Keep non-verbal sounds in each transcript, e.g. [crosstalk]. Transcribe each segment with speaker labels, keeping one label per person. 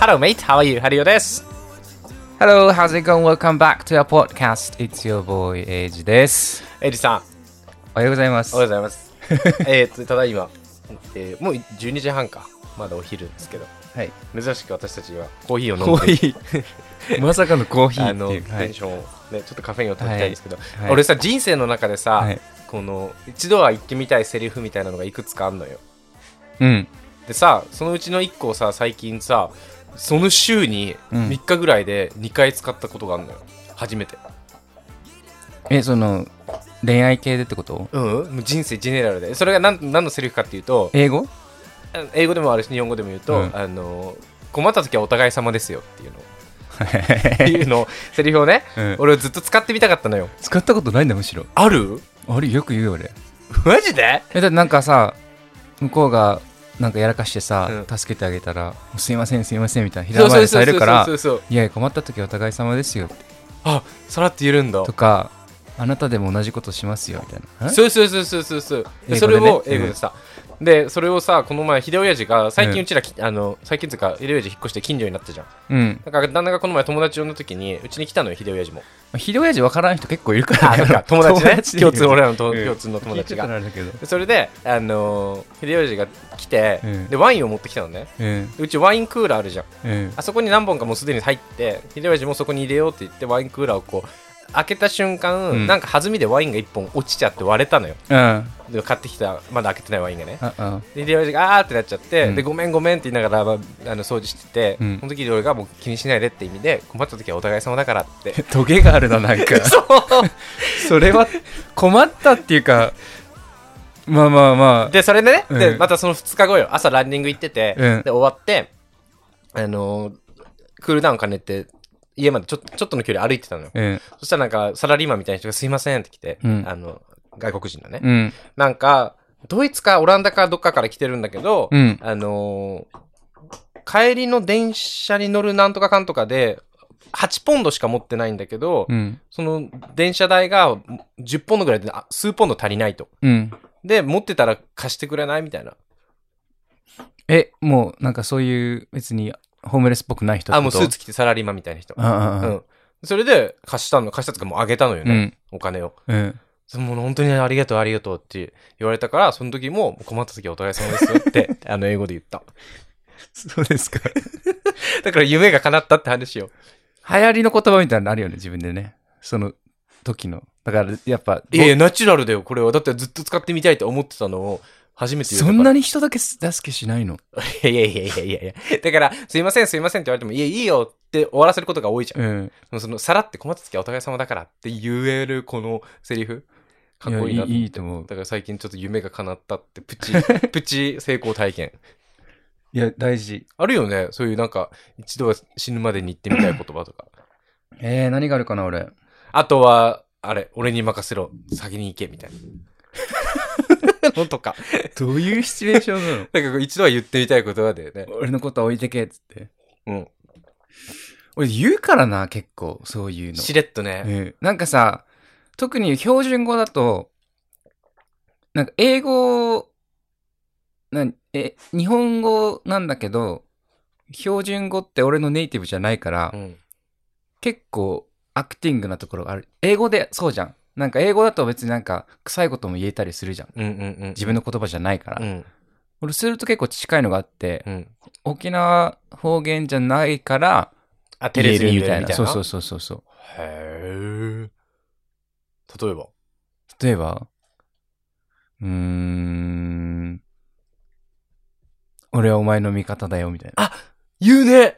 Speaker 1: Hello, mate. How are you? ハリオです。
Speaker 2: Hello, how's it going? Welcome back to our podcast. It's your boy, Age です。
Speaker 1: エリさん、
Speaker 2: おはようございます
Speaker 1: お。はようございま
Speaker 2: [laughs]
Speaker 1: す。えーと、ただいま、えーもう12時半か。まだお昼ですけど、
Speaker 2: はい。
Speaker 1: 珍しく私たちはコーヒーを飲ん
Speaker 2: コ
Speaker 1: で、
Speaker 2: ーヒー。 [laughs] まさかのコーヒー
Speaker 1: あ
Speaker 2: っ
Speaker 1: の、
Speaker 2: て
Speaker 1: テ
Speaker 2: いう。はい
Speaker 1: ンションをね、ちょっとカフェインを取りたいんですけど、
Speaker 2: はい
Speaker 1: 俺さ、人生の中でさ、
Speaker 2: はい
Speaker 1: この、一度は言ってみたいセリフみたいなのがいくつかあんのよ。
Speaker 2: うん。
Speaker 1: でさ、そのうちの1個をさ、最近さ、その週に
Speaker 2: うん
Speaker 1: 3日ぐらいで2回使ったことがあるのよ。初めて。
Speaker 2: え、その、恋愛系でってこと
Speaker 1: うん、もう人生ジェネラルで。それが何何のセリフかっていうと、
Speaker 2: 英語
Speaker 1: 英語でもあるし日本語でも言うと、
Speaker 2: うん
Speaker 1: あの困った時はお互い様ですよって
Speaker 2: [laughs]
Speaker 1: いうのっていうのセリフをね、
Speaker 2: うん
Speaker 1: 俺ずっと使ってみたかったのよ
Speaker 2: 使ったことないんだ、むしろ。
Speaker 1: ある
Speaker 2: あれ、よく言うよ、俺。
Speaker 1: マジで
Speaker 2: え、だってなんかさ、向こうが、なんかやらかしてさ、
Speaker 1: う
Speaker 2: 助けてあげたら、すいません、すいません、みたいな、ひらまでされるから
Speaker 1: そ、うそうそうそう
Speaker 2: いやいや、困った時はお互い様ですよ、
Speaker 1: あさらって言えるんだ
Speaker 2: とか、あなたでも同じことしますよ、みたいな。
Speaker 1: そうそうそうそうそうそうで
Speaker 2: 英語でね
Speaker 1: それを
Speaker 2: うん
Speaker 1: 英語でさ、でそれをさこの前秀親父が最近うちらき、あの最近っていうか秀親父引っ越して近所になったじゃん
Speaker 2: うん。
Speaker 1: だから旦那がこの前友達呼んだ時にうちに来たのよ秀親父も
Speaker 2: まあひどい親父分からん人結構いるから
Speaker 1: あなんか
Speaker 2: [laughs]
Speaker 1: 友達ね
Speaker 2: で
Speaker 1: 共通俺らのと
Speaker 2: うん
Speaker 1: 共通の友達が
Speaker 2: 聞いてたらあれだけど
Speaker 1: でそれで、あのー秀吉が来て、
Speaker 2: うん
Speaker 1: でワインを持ってきたのね
Speaker 2: うん
Speaker 1: でうちワインクーラーあるじゃん
Speaker 2: うん
Speaker 1: あそこに何本かもうすでに入って秀吉もそこに入れようって言ってワインクーラーをこう開けた瞬間、
Speaker 2: うん
Speaker 1: なんか弾みでワインが1本落ちちゃって割れたのよ
Speaker 2: うんあ
Speaker 1: で買ってきたまだ開けてないワインがね
Speaker 2: あ
Speaker 1: で秀吉があーってなっちゃって、
Speaker 2: うん
Speaker 1: でごめんごめんって言いながら、まあ、あの掃除してて、
Speaker 2: うん
Speaker 1: その時俺がもう気にしないでって意味で困った時はお互い様だからって
Speaker 2: トゲがあるななんか
Speaker 1: [laughs] そう
Speaker 2: [laughs] それは困ったっていうかまあまあまあ
Speaker 1: でそれでね、
Speaker 2: うん
Speaker 1: でまたその2日後よ朝ランニング行ってて、
Speaker 2: うん
Speaker 1: で終わってあのークールダウン兼ねて家までちょちょっとの距離歩いてたのよ、
Speaker 2: うん
Speaker 1: そしたらなんかサラリーマンみたいな人が「すいません」って来て、
Speaker 2: うん
Speaker 1: あの外国人のね、
Speaker 2: うん
Speaker 1: なんかドイツかオランダかどっかから来てるんだけど、
Speaker 2: うん
Speaker 1: あのー帰りの電車に乗るなんとかかんとかで8ポンドしか持ってないんだけど、
Speaker 2: うん
Speaker 1: その電車代が10ポンドぐらいであ数ポンド足りないと。
Speaker 2: うん
Speaker 1: で、持ってたら貸してくれないみたいな。
Speaker 2: えもうなんかそういう別にホームレスっぽくない人ってこと
Speaker 1: あ、もうスーツ着てサラリーマンみたいな人。
Speaker 2: ああ
Speaker 1: う
Speaker 2: ああ
Speaker 1: ん。それで貸したの、貸したつかもうあげたのよ
Speaker 2: う
Speaker 1: ね、
Speaker 2: ん
Speaker 1: お金を。
Speaker 2: うん
Speaker 1: そのもう本当にありがとう、ありがとうって言われたから、その時も困った時はお互い様ですよ
Speaker 2: [laughs]
Speaker 1: って、あの、英語で言った。
Speaker 2: そうですか [laughs] 流
Speaker 1: だから夢が叶ったって話よ。
Speaker 2: 行りの言葉みたいなのあるよね自分でねその時のだからやっぱ
Speaker 1: いやいや、ナチュラルだよ、これは。だってずっと使ってみたいと思ってたのを、初めて言った
Speaker 2: そ
Speaker 1: から。
Speaker 2: んなに人だけ助けしないの
Speaker 1: いやいやいやいやいや。だから、すいません、すいませんって言われても、いや、いいよって終わらせることが多いじゃん。
Speaker 2: うん
Speaker 1: もうその、さらって困った時はお互い様だからって言える、このセリフ。かっこいいなと思っ
Speaker 2: や
Speaker 1: て
Speaker 2: いいいと思う
Speaker 1: だから最近ちょっと夢が叶ったってプ
Speaker 2: [laughs]
Speaker 1: チ、プチ成功体験。
Speaker 2: いや大事
Speaker 1: あるよねそういうなんか、一度は死ぬまでに言ってみたい言葉とか。
Speaker 2: えー、何があるかな俺
Speaker 1: あとは、あれ、俺に任せろ、先に行け、みたいな。のとか。
Speaker 2: [laughs] どういうシチュエーションなの
Speaker 1: なんかこう一度は言ってみたい言葉だよね。
Speaker 2: 俺のことは置いてけっつって
Speaker 1: うん。
Speaker 2: 俺言うからな結構そういうの、
Speaker 1: しれっとね。
Speaker 2: うんなんかさ特に標準語だとなんか英語なんえ日本語なんだけど標準語って俺のネイティブじゃないから、
Speaker 1: うん。
Speaker 2: 結構アクティングなところがある英語でそうじゃんなんか英語だと別になんか臭いことも言えたりするじゃん
Speaker 1: うんうんうん。
Speaker 2: 自分の言葉じゃないから、
Speaker 1: うん。
Speaker 2: 俺すると結構近いのがあって、
Speaker 1: うん。
Speaker 2: 沖縄方言じゃないから
Speaker 1: あ、テ
Speaker 2: 入
Speaker 1: レ
Speaker 2: れ
Speaker 1: ビ
Speaker 2: る
Speaker 1: み
Speaker 2: み
Speaker 1: た
Speaker 2: た
Speaker 1: い
Speaker 2: いな
Speaker 1: な。
Speaker 2: そうそうそうそうそう
Speaker 1: へー例えば。
Speaker 2: 例えばうーん俺はお前の味方だよみたいな
Speaker 1: 言うね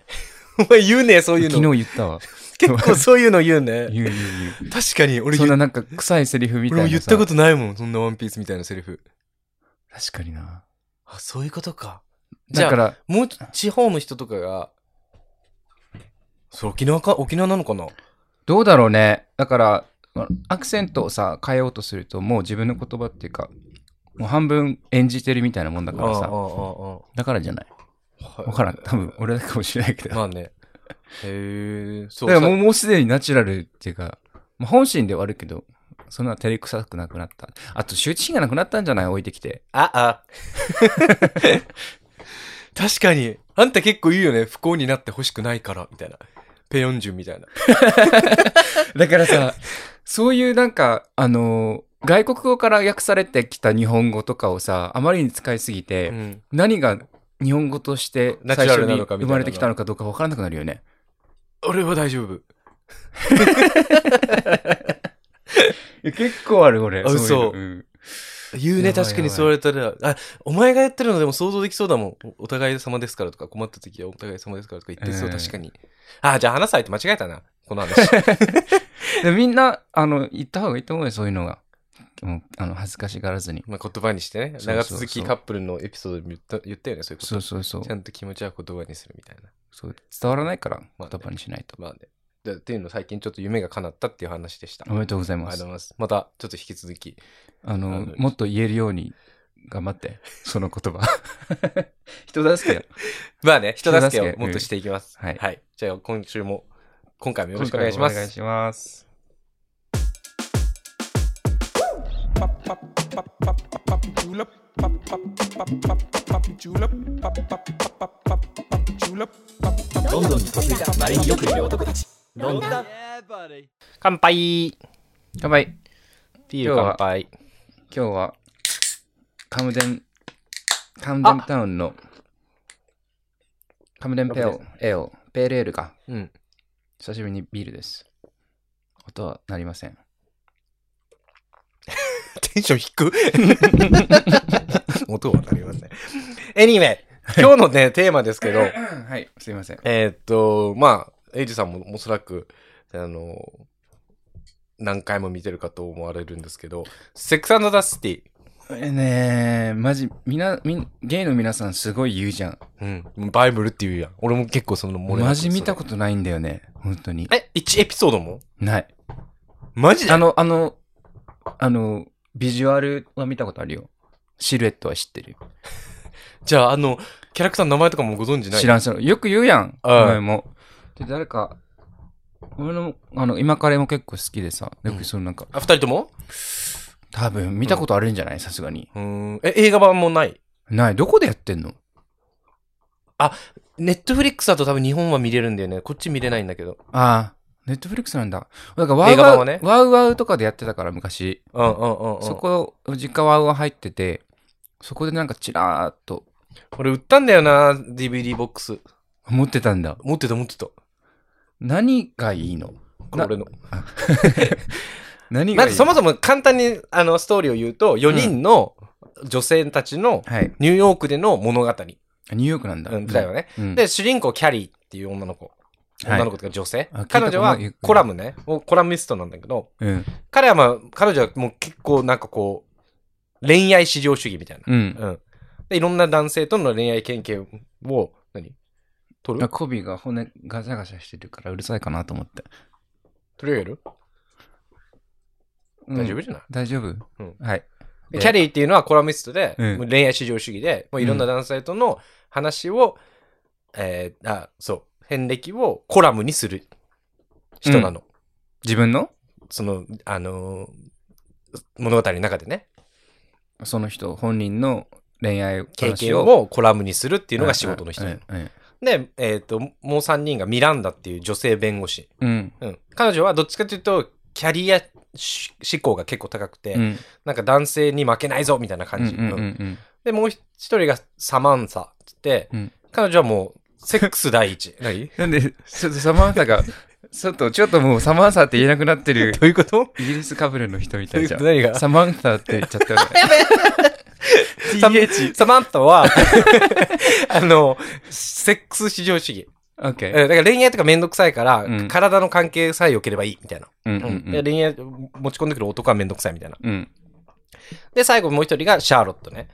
Speaker 1: [laughs] お前言うねそういうの。
Speaker 2: 昨日言ったわ
Speaker 1: 結構そういうの言うね。
Speaker 2: 言う言う
Speaker 1: 確かに、
Speaker 2: 言う
Speaker 1: [laughs] 俺
Speaker 2: そ
Speaker 1: 言
Speaker 2: ん
Speaker 1: う
Speaker 2: ななんか臭いセリフみた
Speaker 1: 俺
Speaker 2: いな
Speaker 1: も
Speaker 2: さ
Speaker 1: 言ったことないもん、そんなワンピースみたいなセリフ。
Speaker 2: 確かにな
Speaker 1: あ、そういうことか。じ
Speaker 2: だ
Speaker 1: ゃ
Speaker 2: か
Speaker 1: あ、
Speaker 2: ら
Speaker 1: もう地方の人とかが、そう、沖縄か、沖縄なのかな
Speaker 2: どうだろうねだからアクセントをさ変えようとするともう自分の言葉っていうかもう半分演じてるみたいなもんだからさだからじゃない
Speaker 1: あ
Speaker 2: わからん多分俺だけかもしれないけど
Speaker 1: まあね。へえ、そう
Speaker 2: だからもう
Speaker 1: さ
Speaker 2: もうすでにナチュラルっていうか、まあ、本心ではあるけど、そんな照れくさくなくなった。あと、羞恥心がなくなったんじゃない置いてきて。
Speaker 1: あ、あ。確かに。あんた結構言うよね。不幸になってほしくないから、みたいな。ペヨンジュンみたいな。
Speaker 2: だか
Speaker 1: [laughs]
Speaker 2: らさ、そういうなんか、あの、外国語から訳されてきた日本語とかをさ、あまりに使いすぎて、
Speaker 1: うん。
Speaker 2: 何が日本語として
Speaker 1: ナチュ
Speaker 2: 最
Speaker 1: ラ
Speaker 2: 初
Speaker 1: ルな
Speaker 2: に
Speaker 1: のかみた
Speaker 2: 生
Speaker 1: いなのが
Speaker 2: まれてきたのかどうか分からなくなるよね。
Speaker 1: 俺は大丈夫。
Speaker 2: 結構ある、
Speaker 1: あ
Speaker 2: 俺。
Speaker 1: 嘘
Speaker 2: そういうのうん
Speaker 1: 言う
Speaker 2: やば
Speaker 1: ね、
Speaker 2: い
Speaker 1: 確かにそう言われたら。あ、お前がやってるのでも想像できそうだもん。おお互い様ですからとか、困った時はお互い様ですからとか言ってそう、
Speaker 2: うん
Speaker 1: 確かに。あ、じゃあ話す相手間違えたな。この
Speaker 2: [laughs]
Speaker 1: 話。
Speaker 2: でみんな、あの、言った方がいいと思うよ、そういうのが。もうあの、恥ずかしがらずに。
Speaker 1: まあ言葉にしてね。
Speaker 2: そうそう
Speaker 1: 長
Speaker 2: そう
Speaker 1: 続きカップルのエピソードでも言った言ったよね、そういうこと。
Speaker 2: そうそうそう
Speaker 1: ちゃ。んと気持ちは言葉にするみたいな。
Speaker 2: そう伝わらないから、
Speaker 1: まあね
Speaker 2: 言葉にしないと。
Speaker 1: まあね。でっていうの最近ちょっと夢が叶ったっていう話でした。
Speaker 2: おめでとうござい
Speaker 1: ありが
Speaker 2: ま
Speaker 1: とうご
Speaker 2: す
Speaker 1: ざ。います。またちょっと引き続き。
Speaker 2: あの、
Speaker 1: あの
Speaker 2: もっと言えるように頑張って、その
Speaker 1: [laughs]
Speaker 2: 言葉。人助けよ。
Speaker 1: まあね、人助け
Speaker 2: 人助
Speaker 1: を
Speaker 2: け
Speaker 1: もっとしていきます。
Speaker 2: うんはい
Speaker 1: じゃあ今週も、今回もよろしくお願いします。
Speaker 2: お願いします。
Speaker 3: ロンドンに嫁いだマリンよくいる男たちロンドン
Speaker 1: 乾杯っ
Speaker 2: 乾杯。
Speaker 1: ていう乾杯。
Speaker 2: 今日は、カムデン、カムデンタウンの、カムデンペ
Speaker 1: ラ
Speaker 2: ール、エール、ペールエールが、
Speaker 1: うん。
Speaker 2: 久しぶりにビールです。音はなりません。
Speaker 1: テンション低く [laughs] 音はなりません。Anyway、今日のね、テーマですけど、
Speaker 2: はい、すいません。
Speaker 1: えーっと、まあ、エイジさんもおそらく、あの、何回も見てるかと思われるんですけど、セックスダスティ。
Speaker 2: えねえ、マジ、みな、みん、ゲイの皆さんすごい言うじゃん。
Speaker 1: うん。バイブルって言うやん。俺も結構その、漏れなく
Speaker 2: マジ見たことないんだよね。本当に
Speaker 1: そ。れえ、1エピソードも
Speaker 2: ない。
Speaker 1: マジで
Speaker 2: あの、あの、あの、ビジュアルは見たことあるよ。シルエットは知ってるよ。
Speaker 1: じゃあ、あの、キャラクターの名前とかもご存知ない
Speaker 2: 知らん知らん。よく言うやん。
Speaker 1: う
Speaker 2: お
Speaker 1: ん
Speaker 2: 前も。で、誰か、俺の、あの、今カレも結構好きでさ、よ
Speaker 1: うん
Speaker 2: くそのなんか、
Speaker 1: あ、二人とも
Speaker 2: 多分見たことあるんじゃないさすがに。
Speaker 1: うーん。え、映画版もない
Speaker 2: ない。どこでやってんの
Speaker 1: ネットフリックスだと多分日本は見れるんだよね。こっち見れないんだけど。
Speaker 2: ああ、ネットフリックスなんだ。なんかワ
Speaker 1: 映
Speaker 2: ウ
Speaker 1: 画
Speaker 2: ワ
Speaker 1: 版
Speaker 2: ウ、
Speaker 1: はね
Speaker 2: ワウワウとかでやってたから昔。
Speaker 1: うんうんうん、うん。
Speaker 2: そこ、実家ワウワウ入ってて、そこでなんかチラーっと
Speaker 1: 俺売ったんだよな、DVD ボックス。
Speaker 2: 持ってたんだ。
Speaker 1: 持ってた持ってた。こ
Speaker 2: 何がいいの
Speaker 1: れ
Speaker 2: な
Speaker 1: 俺の。な
Speaker 2: 何が
Speaker 1: ん
Speaker 2: いい
Speaker 1: かそもそも簡単にあのストーリーを言うと、4人の女性たちの
Speaker 2: はい。
Speaker 1: ニューヨークでの物語、
Speaker 2: ニューヨークなんだ。
Speaker 1: うん、舞台はね。
Speaker 2: うん
Speaker 1: で、主人公キャリーっていう女の子。
Speaker 2: はい
Speaker 1: 女の子というか女性、
Speaker 2: あ聞いた
Speaker 1: 彼女はコラムね、コラムミストなんだけど、
Speaker 2: うん。
Speaker 1: 彼はまあ、彼女はもう結構なんかこう、恋愛至上主義みたいな。
Speaker 2: うん。
Speaker 1: うん。で、いろんな男性との恋愛経験を、何取
Speaker 2: あ
Speaker 1: る
Speaker 2: コビが骨ガシャガシャしてるからうるさいかなと思って。
Speaker 1: 取り上げる、
Speaker 2: うん
Speaker 1: 大丈夫じゃない
Speaker 2: 大丈夫
Speaker 1: うん
Speaker 2: はい。
Speaker 1: キ
Speaker 2: で
Speaker 1: ャリーっていうのはコラミストで、
Speaker 2: うん
Speaker 1: もう恋愛至上主義で、もういろんな男性との話を、えーあ、そう、遍歴をコラムにする人なの。
Speaker 2: 自分の
Speaker 1: その、あのー物語の中でね、
Speaker 2: その人、本人の恋愛
Speaker 1: 経験
Speaker 2: っ
Speaker 1: をコラムにするって
Speaker 2: て
Speaker 1: いうのが仕事の人なの。
Speaker 2: うん。
Speaker 1: で、えっ、と、もう3人がミランダっていう女性弁護士。
Speaker 2: うん。
Speaker 1: うん。彼女はどっちかというと、キャリアし志向が結構高くて、
Speaker 2: うん。
Speaker 1: なんか男性に負けないぞみたいな感じ。
Speaker 2: うんうんう
Speaker 1: うん
Speaker 2: ん
Speaker 1: で、もう一人がサマンサってって、
Speaker 2: うん
Speaker 1: 彼女はもう、セックス第
Speaker 2: [laughs]
Speaker 1: 一。何ど
Speaker 2: なんで、ちょっとサマンサが、ちょっと、ちょっともうサマンサって言えなくなっ
Speaker 1: [laughs]
Speaker 2: てる、
Speaker 1: ういうこと
Speaker 2: イギリスかぶれの人みたいじゃん。
Speaker 1: 何が
Speaker 2: サマンサって言っちゃったよね。
Speaker 1: [laughs] サ
Speaker 2: [laughs]
Speaker 1: サマンサは、 [laughs] あの、セックス至上主義。
Speaker 2: オッケー。
Speaker 1: えだから恋愛とかめんどくさいから、
Speaker 2: うん
Speaker 1: 体の関係さえ良ければいい、みたいな。
Speaker 2: うん
Speaker 1: う
Speaker 2: うんん
Speaker 1: で恋愛持ち込んでくる男はめんどくさい、みたいな。
Speaker 2: うん。うん。
Speaker 1: で、最後もう一人がシャーロットね。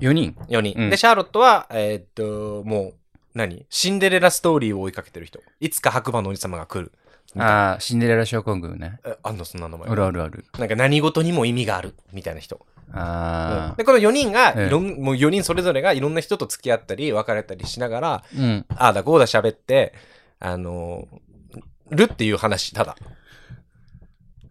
Speaker 2: 4人。
Speaker 1: 4人。
Speaker 2: うん
Speaker 1: で、シャーロットは、えーっと、もう、何シンデレラストーリーを追いかけてる人。いつか白馬の王子様が来る。
Speaker 2: ああ、シンデレラ症候群ね。
Speaker 1: えあんの、そんな名前
Speaker 2: あ。るあるある。
Speaker 1: なんか何事にも意味がある、みたいな人。
Speaker 2: あ
Speaker 1: で、この4人が、
Speaker 2: ええ
Speaker 1: いろん、もう4人それぞれがいろんな人と付き合ったり、別れたりしながら、
Speaker 2: あ。うん。
Speaker 1: ああだこうだ喋って、あのーるっていう話、ただ。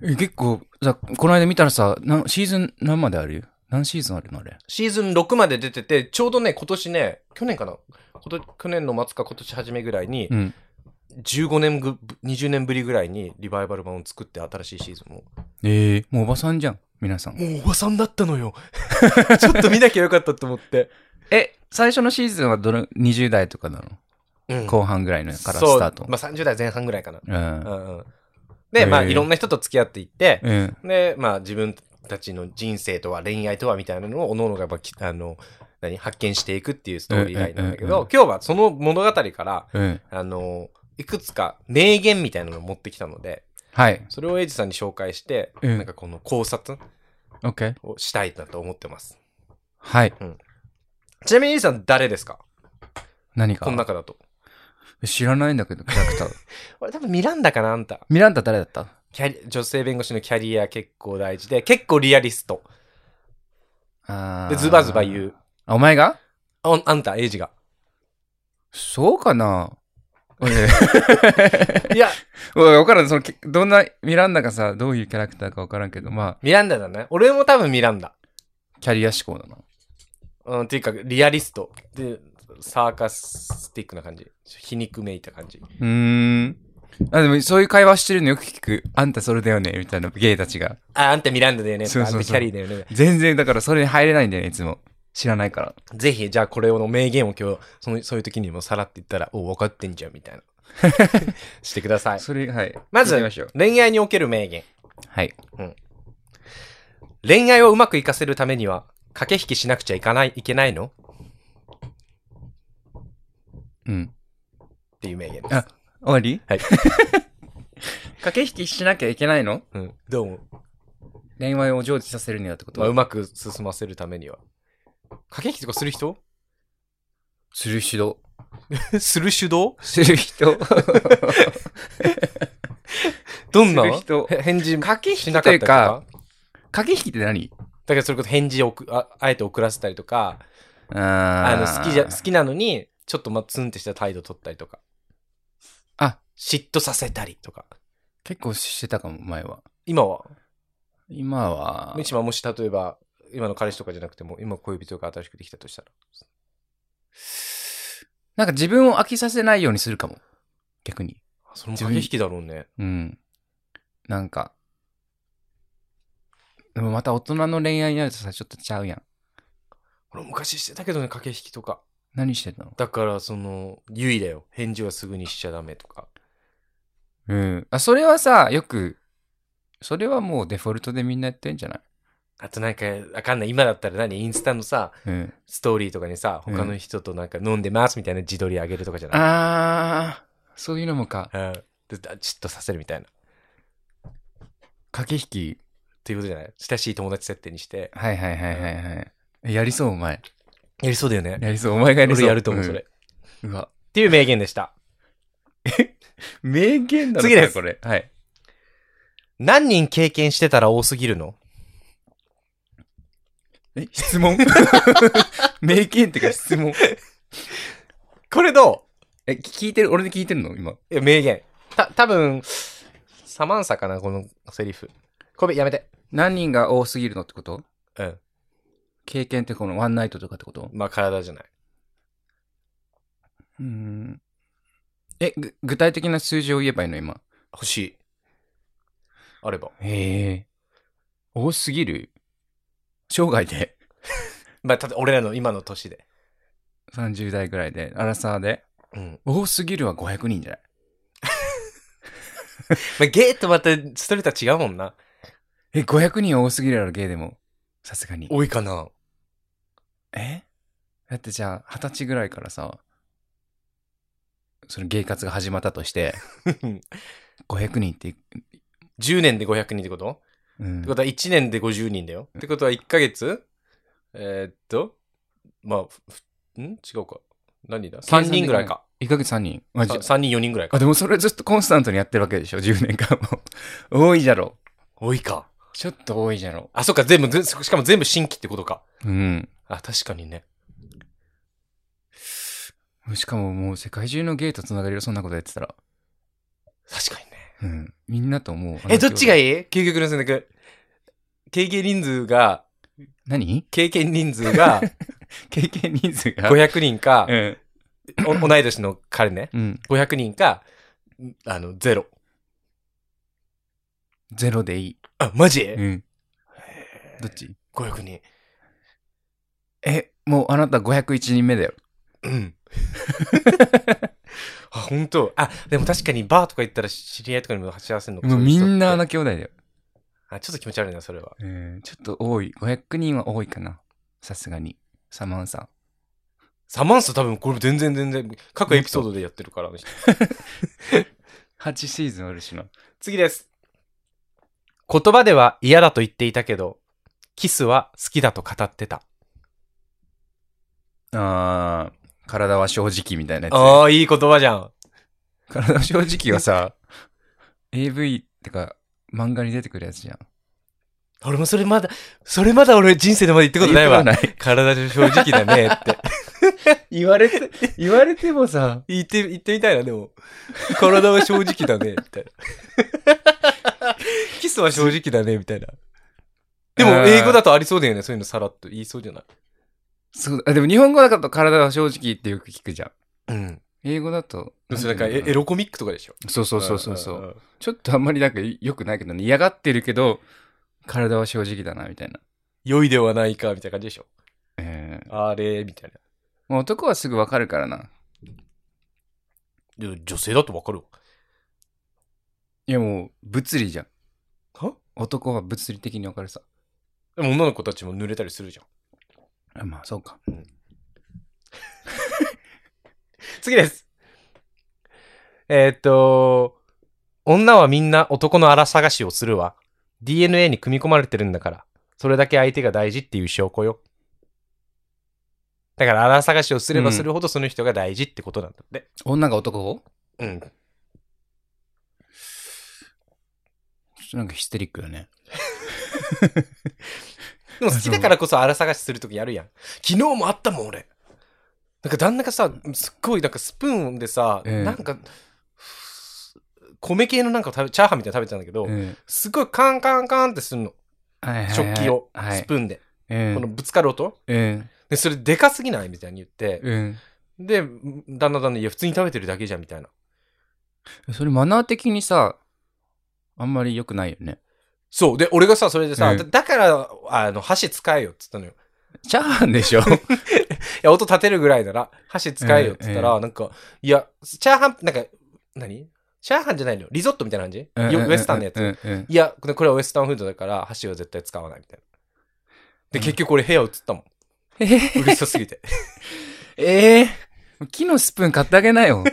Speaker 2: え結構、さ、この間見たらさ、なシーズン何まである何シーズンあるのあれ。
Speaker 1: シーズン6まで出てて、ちょうどね、今年ね、去年かなこと去年の末か今年初めぐらいに、
Speaker 2: うん。
Speaker 1: 15年ぐ、20年ぶりぐらいにリバイバル版を作って新しいシーズンを。
Speaker 2: ええもうおばさんじゃん、皆さん。
Speaker 1: もうおばさんだったの
Speaker 2: [laughs]
Speaker 1: よ。ちょっと見なきゃよかったと思って。
Speaker 2: え、最初のシーズンはどの、20代とかなの
Speaker 1: うん
Speaker 2: 後半ぐらいのから
Speaker 1: そう
Speaker 2: スタート。
Speaker 1: まあ30代前半ぐらいかな。
Speaker 2: うん
Speaker 1: う。んうん、で、まあ
Speaker 2: へえ
Speaker 1: いろんな人と付き合っていって、
Speaker 2: うん。
Speaker 1: で、まあ自分たちの人生とは恋愛とはみたいなのを、おののがまあきあの、何発見していくっていうストーリーラインなんだけ
Speaker 2: うんうんうん
Speaker 1: ど、今日はその物語から、
Speaker 2: うん。
Speaker 1: あの、いくつか名言みたいなのを持ってきたので、
Speaker 2: はい。
Speaker 1: それをエイジさんに紹介して、
Speaker 2: うん
Speaker 1: なんかこの考察
Speaker 2: OK。
Speaker 1: をしたいなと思ってます。
Speaker 2: はい。
Speaker 1: ちなみにエイジさん誰ですか
Speaker 2: 何か
Speaker 1: この中だと。
Speaker 2: 知らないんだけど、キャラクター。
Speaker 1: 俺多分ミランダかな、あんた。
Speaker 2: [laughs] ミランダ誰だった
Speaker 1: キャリ女性弁護士のキャリア結構大事で、結構リアリスト。
Speaker 2: あ
Speaker 1: で、ズバズバ言
Speaker 2: う。
Speaker 1: う。
Speaker 2: あ、お前が
Speaker 1: ああんた、エイジが。
Speaker 2: そうかなおい、
Speaker 1: いや、
Speaker 2: おいわからん。その、けどんな、ミランダがさ、どういうキャラクターかわからんけど、ま
Speaker 1: ミランダだね。俺も多分ミランダ。
Speaker 2: あ、キャリア志向だな。
Speaker 1: うん、っていうか、リアリスト。で、サーカスティックな感じ。皮肉めいた感じ。
Speaker 2: うーん。あ、でも、そういう会話してるのよく聞く。あんたそれだよねみたいな、ゲイたちが。
Speaker 1: あ、あんたミランダだよね。
Speaker 2: そうそうそう
Speaker 1: あんたキャリーだよね。
Speaker 2: 全然、だからそれに入れないんだよね、いつも。知らないから。
Speaker 1: ぜひ、じゃあこれの名言を今日、そのそういう時にもさらって言ったら、お分かってんじゃん、み
Speaker 2: [laughs]
Speaker 1: たいな。してください。
Speaker 2: それ、はい。
Speaker 1: ま
Speaker 2: 行
Speaker 1: ず
Speaker 2: きしょう、
Speaker 1: 恋愛における名言。
Speaker 2: はい。
Speaker 1: 恋愛をうまくいかせるためには、駆け引きしなくちゃいかない、いけないの
Speaker 2: うん。
Speaker 1: っていう名言です。
Speaker 2: あ、終わり
Speaker 1: はい。
Speaker 2: 駆け引きしなきゃいけないの
Speaker 1: うん。どうも。
Speaker 2: [laughs] 恋愛を成就させるにはってこと
Speaker 1: まあ、うまく進ませるためには。駆け引きとかする人
Speaker 2: する人。
Speaker 1: する主導
Speaker 2: する [laughs] 人。
Speaker 1: どんな
Speaker 2: する人
Speaker 1: へ返事
Speaker 2: 駆け引き
Speaker 1: しなかったりとか
Speaker 2: 駆け引きって何
Speaker 1: だからそれこそ返事を送ああえて送らせたりとか、あ
Speaker 2: あ
Speaker 1: の
Speaker 2: ー
Speaker 1: 好きじゃ、好きなのに、ちょっとま、ツンってした態度取ったりとか、
Speaker 2: あ、
Speaker 1: 嫉妬させたりとか。
Speaker 2: 結構してたかも、前は。
Speaker 1: 今は
Speaker 2: 今は、
Speaker 1: 一番もし例えば、今の彼氏とかじゃなくても、今恋人が新しくできたとしたら。
Speaker 2: なんか自分を飽きさせないようにするかも。逆に。
Speaker 1: それも駆け引きだろうね。
Speaker 2: うん。なんか。でもまた大人の恋愛になるとさ、ちょっとちゃうやん。
Speaker 1: 俺昔してたけどね、駆け引きとか。
Speaker 2: 何してたの
Speaker 1: だから、その、優位だよ。返事はすぐにしちゃダメとか。
Speaker 2: うん。あ、それはさ、よく、それはもうデフォルトでみんなやってんじゃない
Speaker 1: あとなんか、わかんない。今だったら何インスタのさ、
Speaker 2: うん。
Speaker 1: ストーリーとかにさ、
Speaker 2: うん
Speaker 1: 他の人となんか飲んでますみたいな自撮り上げるとかじゃない、
Speaker 2: あー、そういうのもか。
Speaker 1: うん、でだちっとさせるみたいな。っ
Speaker 2: 駆け引き。
Speaker 1: ていうことじゃない親しい友達設定にして。
Speaker 2: はいはいはいはいはいえ。やりそう、お前。
Speaker 1: やりそうだよね。
Speaker 2: やりそう、お前がやりそう。
Speaker 1: 俺やると思う、
Speaker 2: ん
Speaker 1: それ。。っ
Speaker 2: うわ。
Speaker 1: ていう名言でした。
Speaker 2: 名言だ
Speaker 1: 次です
Speaker 2: これ。はい。
Speaker 1: 何人経験してたら多すぎるの
Speaker 2: え、質問 [laughs] 名言ってか質問。
Speaker 1: これどう
Speaker 2: え、聞いてる、俺で聞いてるの今。
Speaker 1: いや名言。た、多分サマンサかな、このセリフ。コビ、やめて。
Speaker 2: 何人が多すぎるのってこと
Speaker 1: うん。
Speaker 2: 経験ってこのワンナイトとかってこと
Speaker 1: まあ、体じゃない。
Speaker 2: うん。え、ぐ具体的な数字を言えばいいの今。
Speaker 1: 欲しい。あれば。
Speaker 2: へえ。多すぎる生涯で。
Speaker 1: まあ、ただ、俺らの今の年で。
Speaker 2: 30代ぐらいで、アラサーで。
Speaker 1: うん。
Speaker 2: 多すぎるは500人じゃない
Speaker 1: まあ、ゲーとまた、ストレートは違うもんな。
Speaker 2: え、500人は多すぎるやろ、ゲイでも。さすがに。
Speaker 1: 多いかな。 [laughs]
Speaker 2: えだってじゃあ、二十歳ぐらいからさ、そのゲイ活が始まったとして、500人って、
Speaker 1: 10年で500人ってこと、
Speaker 2: うん
Speaker 1: ってことは1年で50人だよ。ってことは1ヶ月えーっと、まあふ、ふん違うか。何だ ?3 人ぐらいか。
Speaker 2: 1ヶ月3人。まあじゃ
Speaker 1: 3人4人ぐらい
Speaker 2: あ、
Speaker 1: か。
Speaker 2: でもそれずっとコンスタントにやってるわけでしょ、10年 [laughs] 間も。 [laughs] 多いじゃろ。
Speaker 1: 多いか。
Speaker 2: ちょっと多いじゃろ。
Speaker 1: あ、そっか、全部、ずしかも全部新規ってことか。
Speaker 2: うん。
Speaker 1: あ、確かにね。
Speaker 2: しかももう世界中のゲイとつながれる、そんなことやってたら。
Speaker 1: 確かにね。
Speaker 2: うん。みんなと思う。
Speaker 1: え、どっちが
Speaker 2: い
Speaker 1: いい究極の選択。経験人数が
Speaker 2: 何
Speaker 1: 経験人数
Speaker 2: [laughs]
Speaker 1: が
Speaker 2: 経験人数が。
Speaker 1: 500人か
Speaker 2: う、ん。
Speaker 1: お同い年の彼ね、
Speaker 2: うん。
Speaker 1: 500人か、あの、ゼロ。
Speaker 2: ゼロでいい。
Speaker 1: あ、マジ、
Speaker 2: うん。どっち
Speaker 1: ?500 人。
Speaker 2: え、もうあなた501人目だよ。
Speaker 1: うん。 [laughs] あ、本当あ、でも確かにバーとか行ったら知り合いとかにも走らせるのか
Speaker 2: もうみんな
Speaker 1: そういう人って
Speaker 2: 穴兄弟だよ。
Speaker 1: あ、ちょっと気持ち悪いな、それは。
Speaker 2: うん。ちょっと多い。500人は多いかな。さすがに。サマンさん。
Speaker 1: サマンサ多分これ全然全然、各エピソードでやってるから、あの人
Speaker 2: 8シーズンあるしな。
Speaker 1: 次です。言葉では嫌だと言っていたけど、キスは好きだと語ってた。
Speaker 2: あー、体は正直みたいなやつ。
Speaker 1: ああ、いい言葉じゃん。
Speaker 2: 体は正直は [laughs] さ、AV ってか、漫画に出てくるやつじゃん。
Speaker 1: 俺もそれまだ、それまだ俺人生でまだ言ったことないわ。
Speaker 2: 言って
Speaker 1: 体で正直だねって。
Speaker 2: 言われて、言われてもさ、
Speaker 1: 言って、言ってみたいな、でも。体は正直だ [laughs] ね、みたいな。キスは正直だね、みたいな。でも、
Speaker 2: あー
Speaker 1: 英語だとありそうだよね、そういうのさらっと言いそうじゃない
Speaker 2: そう、あでも日本語だと体は正直ってよく聞くじゃ
Speaker 1: う
Speaker 2: ん。
Speaker 1: ん。
Speaker 2: 英語だと。
Speaker 1: それなんか
Speaker 2: てい
Speaker 1: エ
Speaker 2: うの
Speaker 1: エロコミックとかでしょ。
Speaker 2: そうそうそうそうそ
Speaker 1: んん
Speaker 2: う。
Speaker 1: ん。
Speaker 2: ちょっとあんまりなんか良くないけどね。嫌がってるけど、体は正直だな、みたいな。
Speaker 1: 良いではないか、みたいな感じでしょ。
Speaker 2: ええ
Speaker 1: あれ、みたいな。
Speaker 2: まあ男はすぐわかるからな。
Speaker 1: でも女性だとわかるわ。
Speaker 2: いやもう、物理じゃん。
Speaker 1: は
Speaker 2: 男は物理的にわかるさ。
Speaker 1: でも女の子たちも濡れたりするじゃん。
Speaker 2: あまあ、そうか。
Speaker 1: 次です。えーっと、女はみんな男の荒探しをするわ。DNA に組み込まれてるんだから、それだけ相手が大事っていう証拠よ。だから荒探しをすればするほどその人が大事ってことなんだって。
Speaker 2: 女が男を
Speaker 1: うん。
Speaker 2: ちょっとなんかヒステリックだね。
Speaker 1: でも好きだからこそ荒探しするときやるやん。昨日もあったもん、俺。なんか旦那がさ、すっごいなんかスプーンでさ、
Speaker 2: ええ
Speaker 1: なんか、米系のなんかを食べチャーハンみたいなの食べてたんだけど、
Speaker 2: うん
Speaker 1: すごいカンカンカンってすんの。
Speaker 2: はいはいはい
Speaker 1: 食器を、
Speaker 2: はい。
Speaker 1: スプーンで、
Speaker 2: うん
Speaker 1: このぶつかる音
Speaker 2: うん。
Speaker 1: でそれでかすぎないみたいに言って、
Speaker 2: うん。
Speaker 1: で旦那旦那いや普通に食べてるだけじゃんみたいな
Speaker 2: それマナー的にさ、あんまり良くないよね。
Speaker 1: そうで俺がさそれでさ、
Speaker 2: うん
Speaker 1: だだからあの箸使えよっつったのよ
Speaker 2: チャーハンでし
Speaker 1: [laughs]
Speaker 2: ょ
Speaker 1: いや音立てるぐらいなら箸使えよっつったら、
Speaker 2: うんう
Speaker 1: なんかいやチャーハンなんか何チャーハンじゃないのよリゾットみたいな感じ、よウエスタンのやつ、
Speaker 2: うんうん
Speaker 1: いやこれこれはウエスタンフードだから箸は絶対使わないみたいなで、
Speaker 2: うん
Speaker 1: 結局俺部屋移ったもん
Speaker 2: え
Speaker 1: うるさすぎて
Speaker 2: ええ木のスプーン買ってあげ
Speaker 1: [laughs]
Speaker 2: なよ。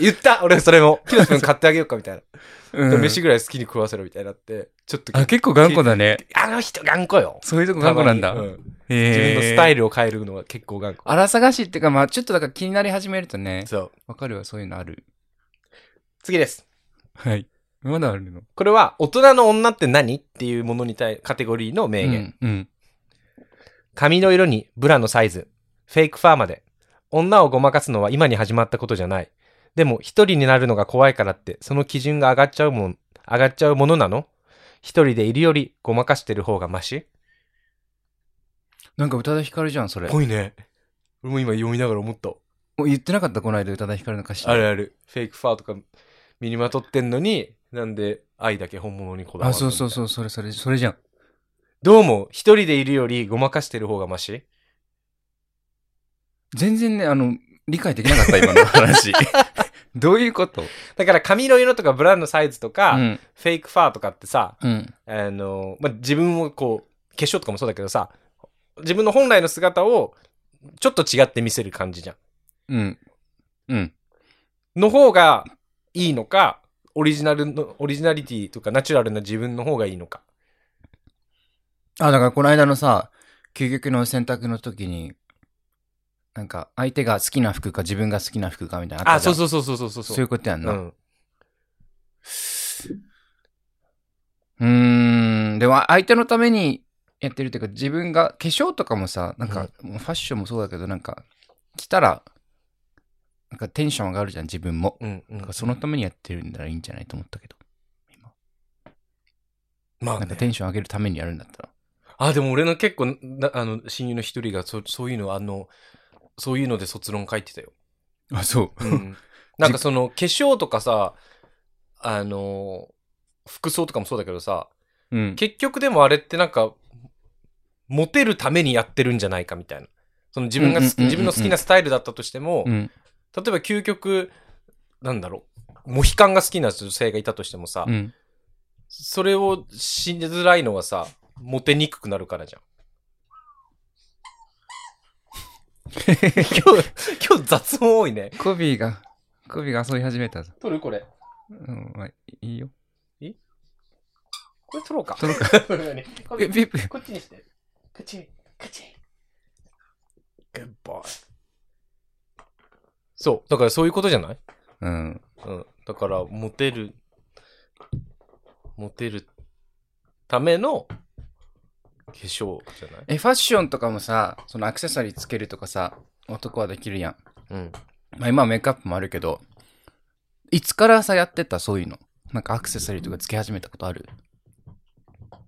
Speaker 1: 言った俺それ
Speaker 2: [laughs]
Speaker 1: も木のスプーン買ってあげようかみたいな
Speaker 2: うん
Speaker 1: 飯ぐらい好きに食わせろみたいになって、ちょっと、
Speaker 2: あ、結構頑固だね。
Speaker 1: あの人頑固よ。
Speaker 2: そういうとこ頑固なんだ。
Speaker 1: たまにう
Speaker 2: へえ
Speaker 1: 自分のスタイルを変えるのは結構頑固。
Speaker 2: 荒探しっていうか、まあちょっとだから気になり始めるとね、
Speaker 1: そう。
Speaker 2: わかるわ、そういうのある。
Speaker 1: 次です。
Speaker 2: はい。まだあるの
Speaker 1: これは、大人の女って何っていうものに対、カテゴリーの名言。
Speaker 2: うん。うん。
Speaker 1: 髪の色にブラのサイズ、フェイクファーまで。女をごまかすのは今に始まったことじゃない。でも、一人になるのが怖いからって、その基準が上がっちゃうもん、上がっちゃうものなの一人でいるよりごまかしてる方がマシ
Speaker 2: なんか宇多田ヒカルじゃん、それ。
Speaker 1: いね。俺も今読みながら思った。
Speaker 2: お言ってなかった、この間宇多田ヒカルの歌詞。
Speaker 1: あるある。フェイクファーとか身にまとってんのに、なんで愛だけ本物にこだわ
Speaker 2: あ、
Speaker 1: るの
Speaker 2: そうそう
Speaker 1: みた
Speaker 2: そう、
Speaker 1: いな
Speaker 2: それそれ、それじゃん。
Speaker 1: どうも、一人でいるよりごまかしてる方がマシ
Speaker 2: 全然ね、あの、理解できなかった、今の [laughs] 話。どういうこと
Speaker 1: だから髪の色とかブランのサイズとか、
Speaker 2: うん。
Speaker 1: フェイクファーとかってさ、
Speaker 2: うん。
Speaker 1: あの、まあ、自分をこう、化粧とかもそうだけどさ、自分の本来の姿をちょっと違って見せる感じじゃ
Speaker 2: うん。うん。
Speaker 1: ん。の方がいいのか、オリジナルの、オリジナリティとかナチュラルな自分の方がいいのか。
Speaker 2: あ、だからこの間のさ、究極の選択の時に、なんか、相手が好きな服か自分が好きな服かみたいなの
Speaker 1: あ、
Speaker 2: ったじゃ
Speaker 1: そ
Speaker 2: ん
Speaker 1: うそうそうそうそうそう。
Speaker 2: そういうことやんな。
Speaker 1: う。
Speaker 2: うんーん。でも、相手のためにやってるっていうか、自分が、化粧とかもさ、なんか、もうファッションもそうだけど、なんか、着たら、なんかテンション上がるじゃん、自分も。
Speaker 1: うん、うん
Speaker 2: なんかそのためにやってるんならいいんじゃないと思ったけど。
Speaker 1: まあ、
Speaker 2: なんかテンション上げるためにやるんだったら。
Speaker 1: あ、でも俺の結構、なあの、親友の一人がそ、そういうの、あの、そういうので卒論書いてたよ。
Speaker 2: あ、そう。 [laughs]
Speaker 1: うん、なんかその、化粧とかさ、あの、服装とかもそうだけどさ、
Speaker 2: うん。
Speaker 1: 結局でもあれってなんか、モテるためにやってるんじゃないかみたいな。その自分が好
Speaker 2: うんうんうん
Speaker 1: き、
Speaker 2: うんうん
Speaker 1: 自分の好きなスタイルだったとしても、
Speaker 2: うん。
Speaker 1: 例えば究極、なんだろう、モヒカンが好きな女性がいたとしてもさ、
Speaker 2: うん。
Speaker 1: それを信じづらいのはさ、モテにくくなるからじゃ [laughs] ん。今日、今日雑音多いね。
Speaker 2: コビーが、コビーが遊び始めたぞ。
Speaker 1: 撮るこ [laughs] れ。
Speaker 2: うん、まあ、いいよ。
Speaker 1: これ撮ろうか。
Speaker 2: 撮ろう [laughs]
Speaker 1: か。
Speaker 2: え、ビップ。
Speaker 1: こっちにして。カチン、カチン。グッバイ。そう。だからそういうことじゃない
Speaker 2: うん。
Speaker 1: うん。だから、モテる、モテるための化粧じゃない
Speaker 2: え、ファッションとかもさ、そのアクセサリーつけるとかさ、男はできるやん。
Speaker 1: うん。
Speaker 2: まあ今はメイクアップもあるけど、いつからさ、やってたそういうの。なんかアクセサリーとかつけ始めたことある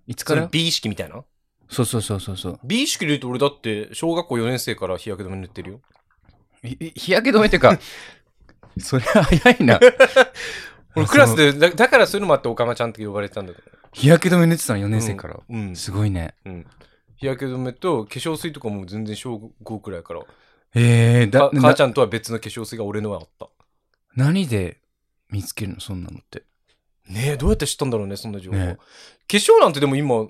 Speaker 2: いつ
Speaker 1: そ
Speaker 2: か
Speaker 1: れ
Speaker 2: ら
Speaker 1: 美意識みたいな
Speaker 2: そうそうそうそうそう。
Speaker 1: 美意識で言うと俺だって、小学校4年生から日焼け止め塗ってるよ。
Speaker 2: いい日焼け止めって [laughs] か、それは早い [laughs] な。
Speaker 1: 俺クラスで、だだからそういうのもあって、オカマちゃんって呼ばれてたんだけど。
Speaker 2: 日焼け止め塗ってたの4年生から。
Speaker 1: うん。
Speaker 2: すごいね。
Speaker 1: うん。日焼け止めと化粧水とかも全然小5くらいから。
Speaker 2: えー、
Speaker 1: か
Speaker 2: だ、
Speaker 1: 母ち
Speaker 2: ゃ
Speaker 1: ゃんとは別の化粧水が俺のはあった。
Speaker 2: 何で見つけるのそんなのって。
Speaker 1: ねえ、どうやって知ったんだろうね、そんな情報。
Speaker 2: ね
Speaker 1: 化粧なんてでも今、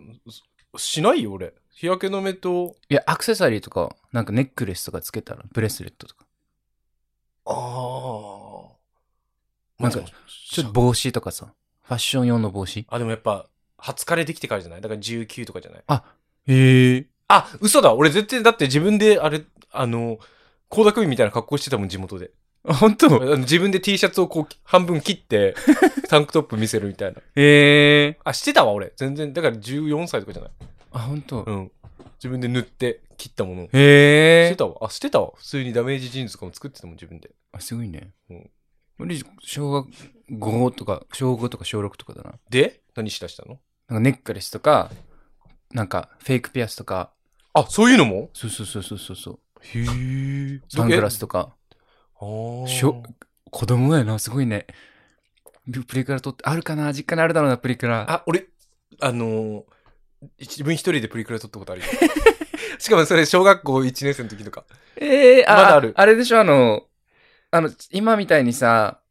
Speaker 1: しないよ、俺。日焼け止めと、
Speaker 2: いや、アクセサリーとか、なんかネックレスとかつけたら、ブレスレットとか。
Speaker 1: ああ。
Speaker 2: なんかちょっと帽子とかさ、ファッション用の帽子。
Speaker 1: あ、でもやっぱ、20日でできてからじゃないだから19とかじゃない
Speaker 2: へえ。
Speaker 1: あ、嘘だ俺絶対、だって自分で、あれ、あの、高田組みたいな格好してたもん、地元で。
Speaker 2: あ、本
Speaker 1: あ
Speaker 2: 当
Speaker 1: の自分で T シャツをこう、半分切
Speaker 2: [laughs]
Speaker 1: って、タンクトップ見せるみたいな。
Speaker 2: へえ。
Speaker 1: あ、してたわ、俺。全然。だから14歳とかじゃない
Speaker 2: あ、本当
Speaker 1: うん。自分で塗って、切ったものを。し
Speaker 2: へ
Speaker 1: て。たわ。あ、してたわ。普通にダメージジーンズとかも作ってたもん、自分で。
Speaker 2: あ、すごいね
Speaker 1: うん。
Speaker 2: 俺、小学5とか、小5とか小6とかだな。
Speaker 1: で、何しだしたの
Speaker 2: なんかネックレスとか、なんかフェイクピアスとか、
Speaker 1: あ、そういうのも
Speaker 2: そうそうそうそうそうそう。
Speaker 1: へえ。
Speaker 2: サングラスとか。
Speaker 1: あー
Speaker 2: しょ子供だよな、すごいね。ププリクラ撮って、あるかな実家にあるだろうな、プリクラ。
Speaker 1: あ、俺、あのー自分一人でプリクラ撮ったことある
Speaker 2: [laughs]
Speaker 1: よ。しかもそれ、小学校1年生の時とか。
Speaker 2: ええ
Speaker 1: まだある
Speaker 2: あれでしょ、あの、あの、今みたいにさ、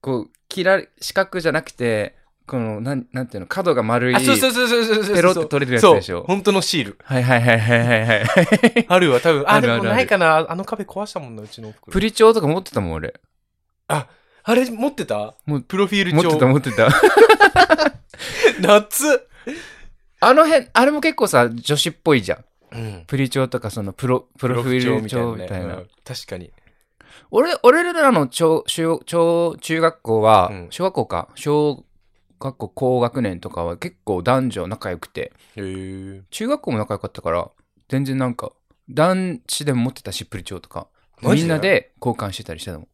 Speaker 2: こう、切られ、四角じゃなくて、この、なん、なんていうの、角が丸い。
Speaker 1: あ、そうそうそうそうそうそうそう。
Speaker 2: ペロって取れるやつでし
Speaker 1: そう
Speaker 2: ょ。
Speaker 1: 本当のシール。
Speaker 2: はいはいはいはいは
Speaker 1: [laughs]
Speaker 2: いはい。
Speaker 1: あるわ、多分。あ、
Speaker 2: [laughs] ある
Speaker 1: で
Speaker 2: あるあ
Speaker 1: も
Speaker 2: る
Speaker 1: ないかな。あの壁壊したもんな、うちのおふくろ
Speaker 2: プリ帳とか持ってたもん、俺。
Speaker 1: あれ持ってた
Speaker 2: もう
Speaker 1: プロフィール
Speaker 2: 持ってた
Speaker 1: 帳。
Speaker 2: 持ってた。
Speaker 1: [laughs] 夏
Speaker 2: あの辺、あれも結構さ、女子っぽいじゃん。
Speaker 1: うん。
Speaker 2: プリ帳とか、その、プロ、プロフィール帳みた
Speaker 1: プ
Speaker 2: い
Speaker 1: ロフィール帳みたいな
Speaker 2: な
Speaker 1: うん。確かに。
Speaker 2: 俺、俺らの小、小、小、中学校は
Speaker 1: うん、
Speaker 2: 小学校か、小学校高学年とかは結構男女仲良くて、
Speaker 1: へえ。
Speaker 2: 中学校も仲良かったから、全然なんか、男子でも持ってたし、プリ帳とか。
Speaker 1: マジ
Speaker 2: みんなで交換してたりしてたもん。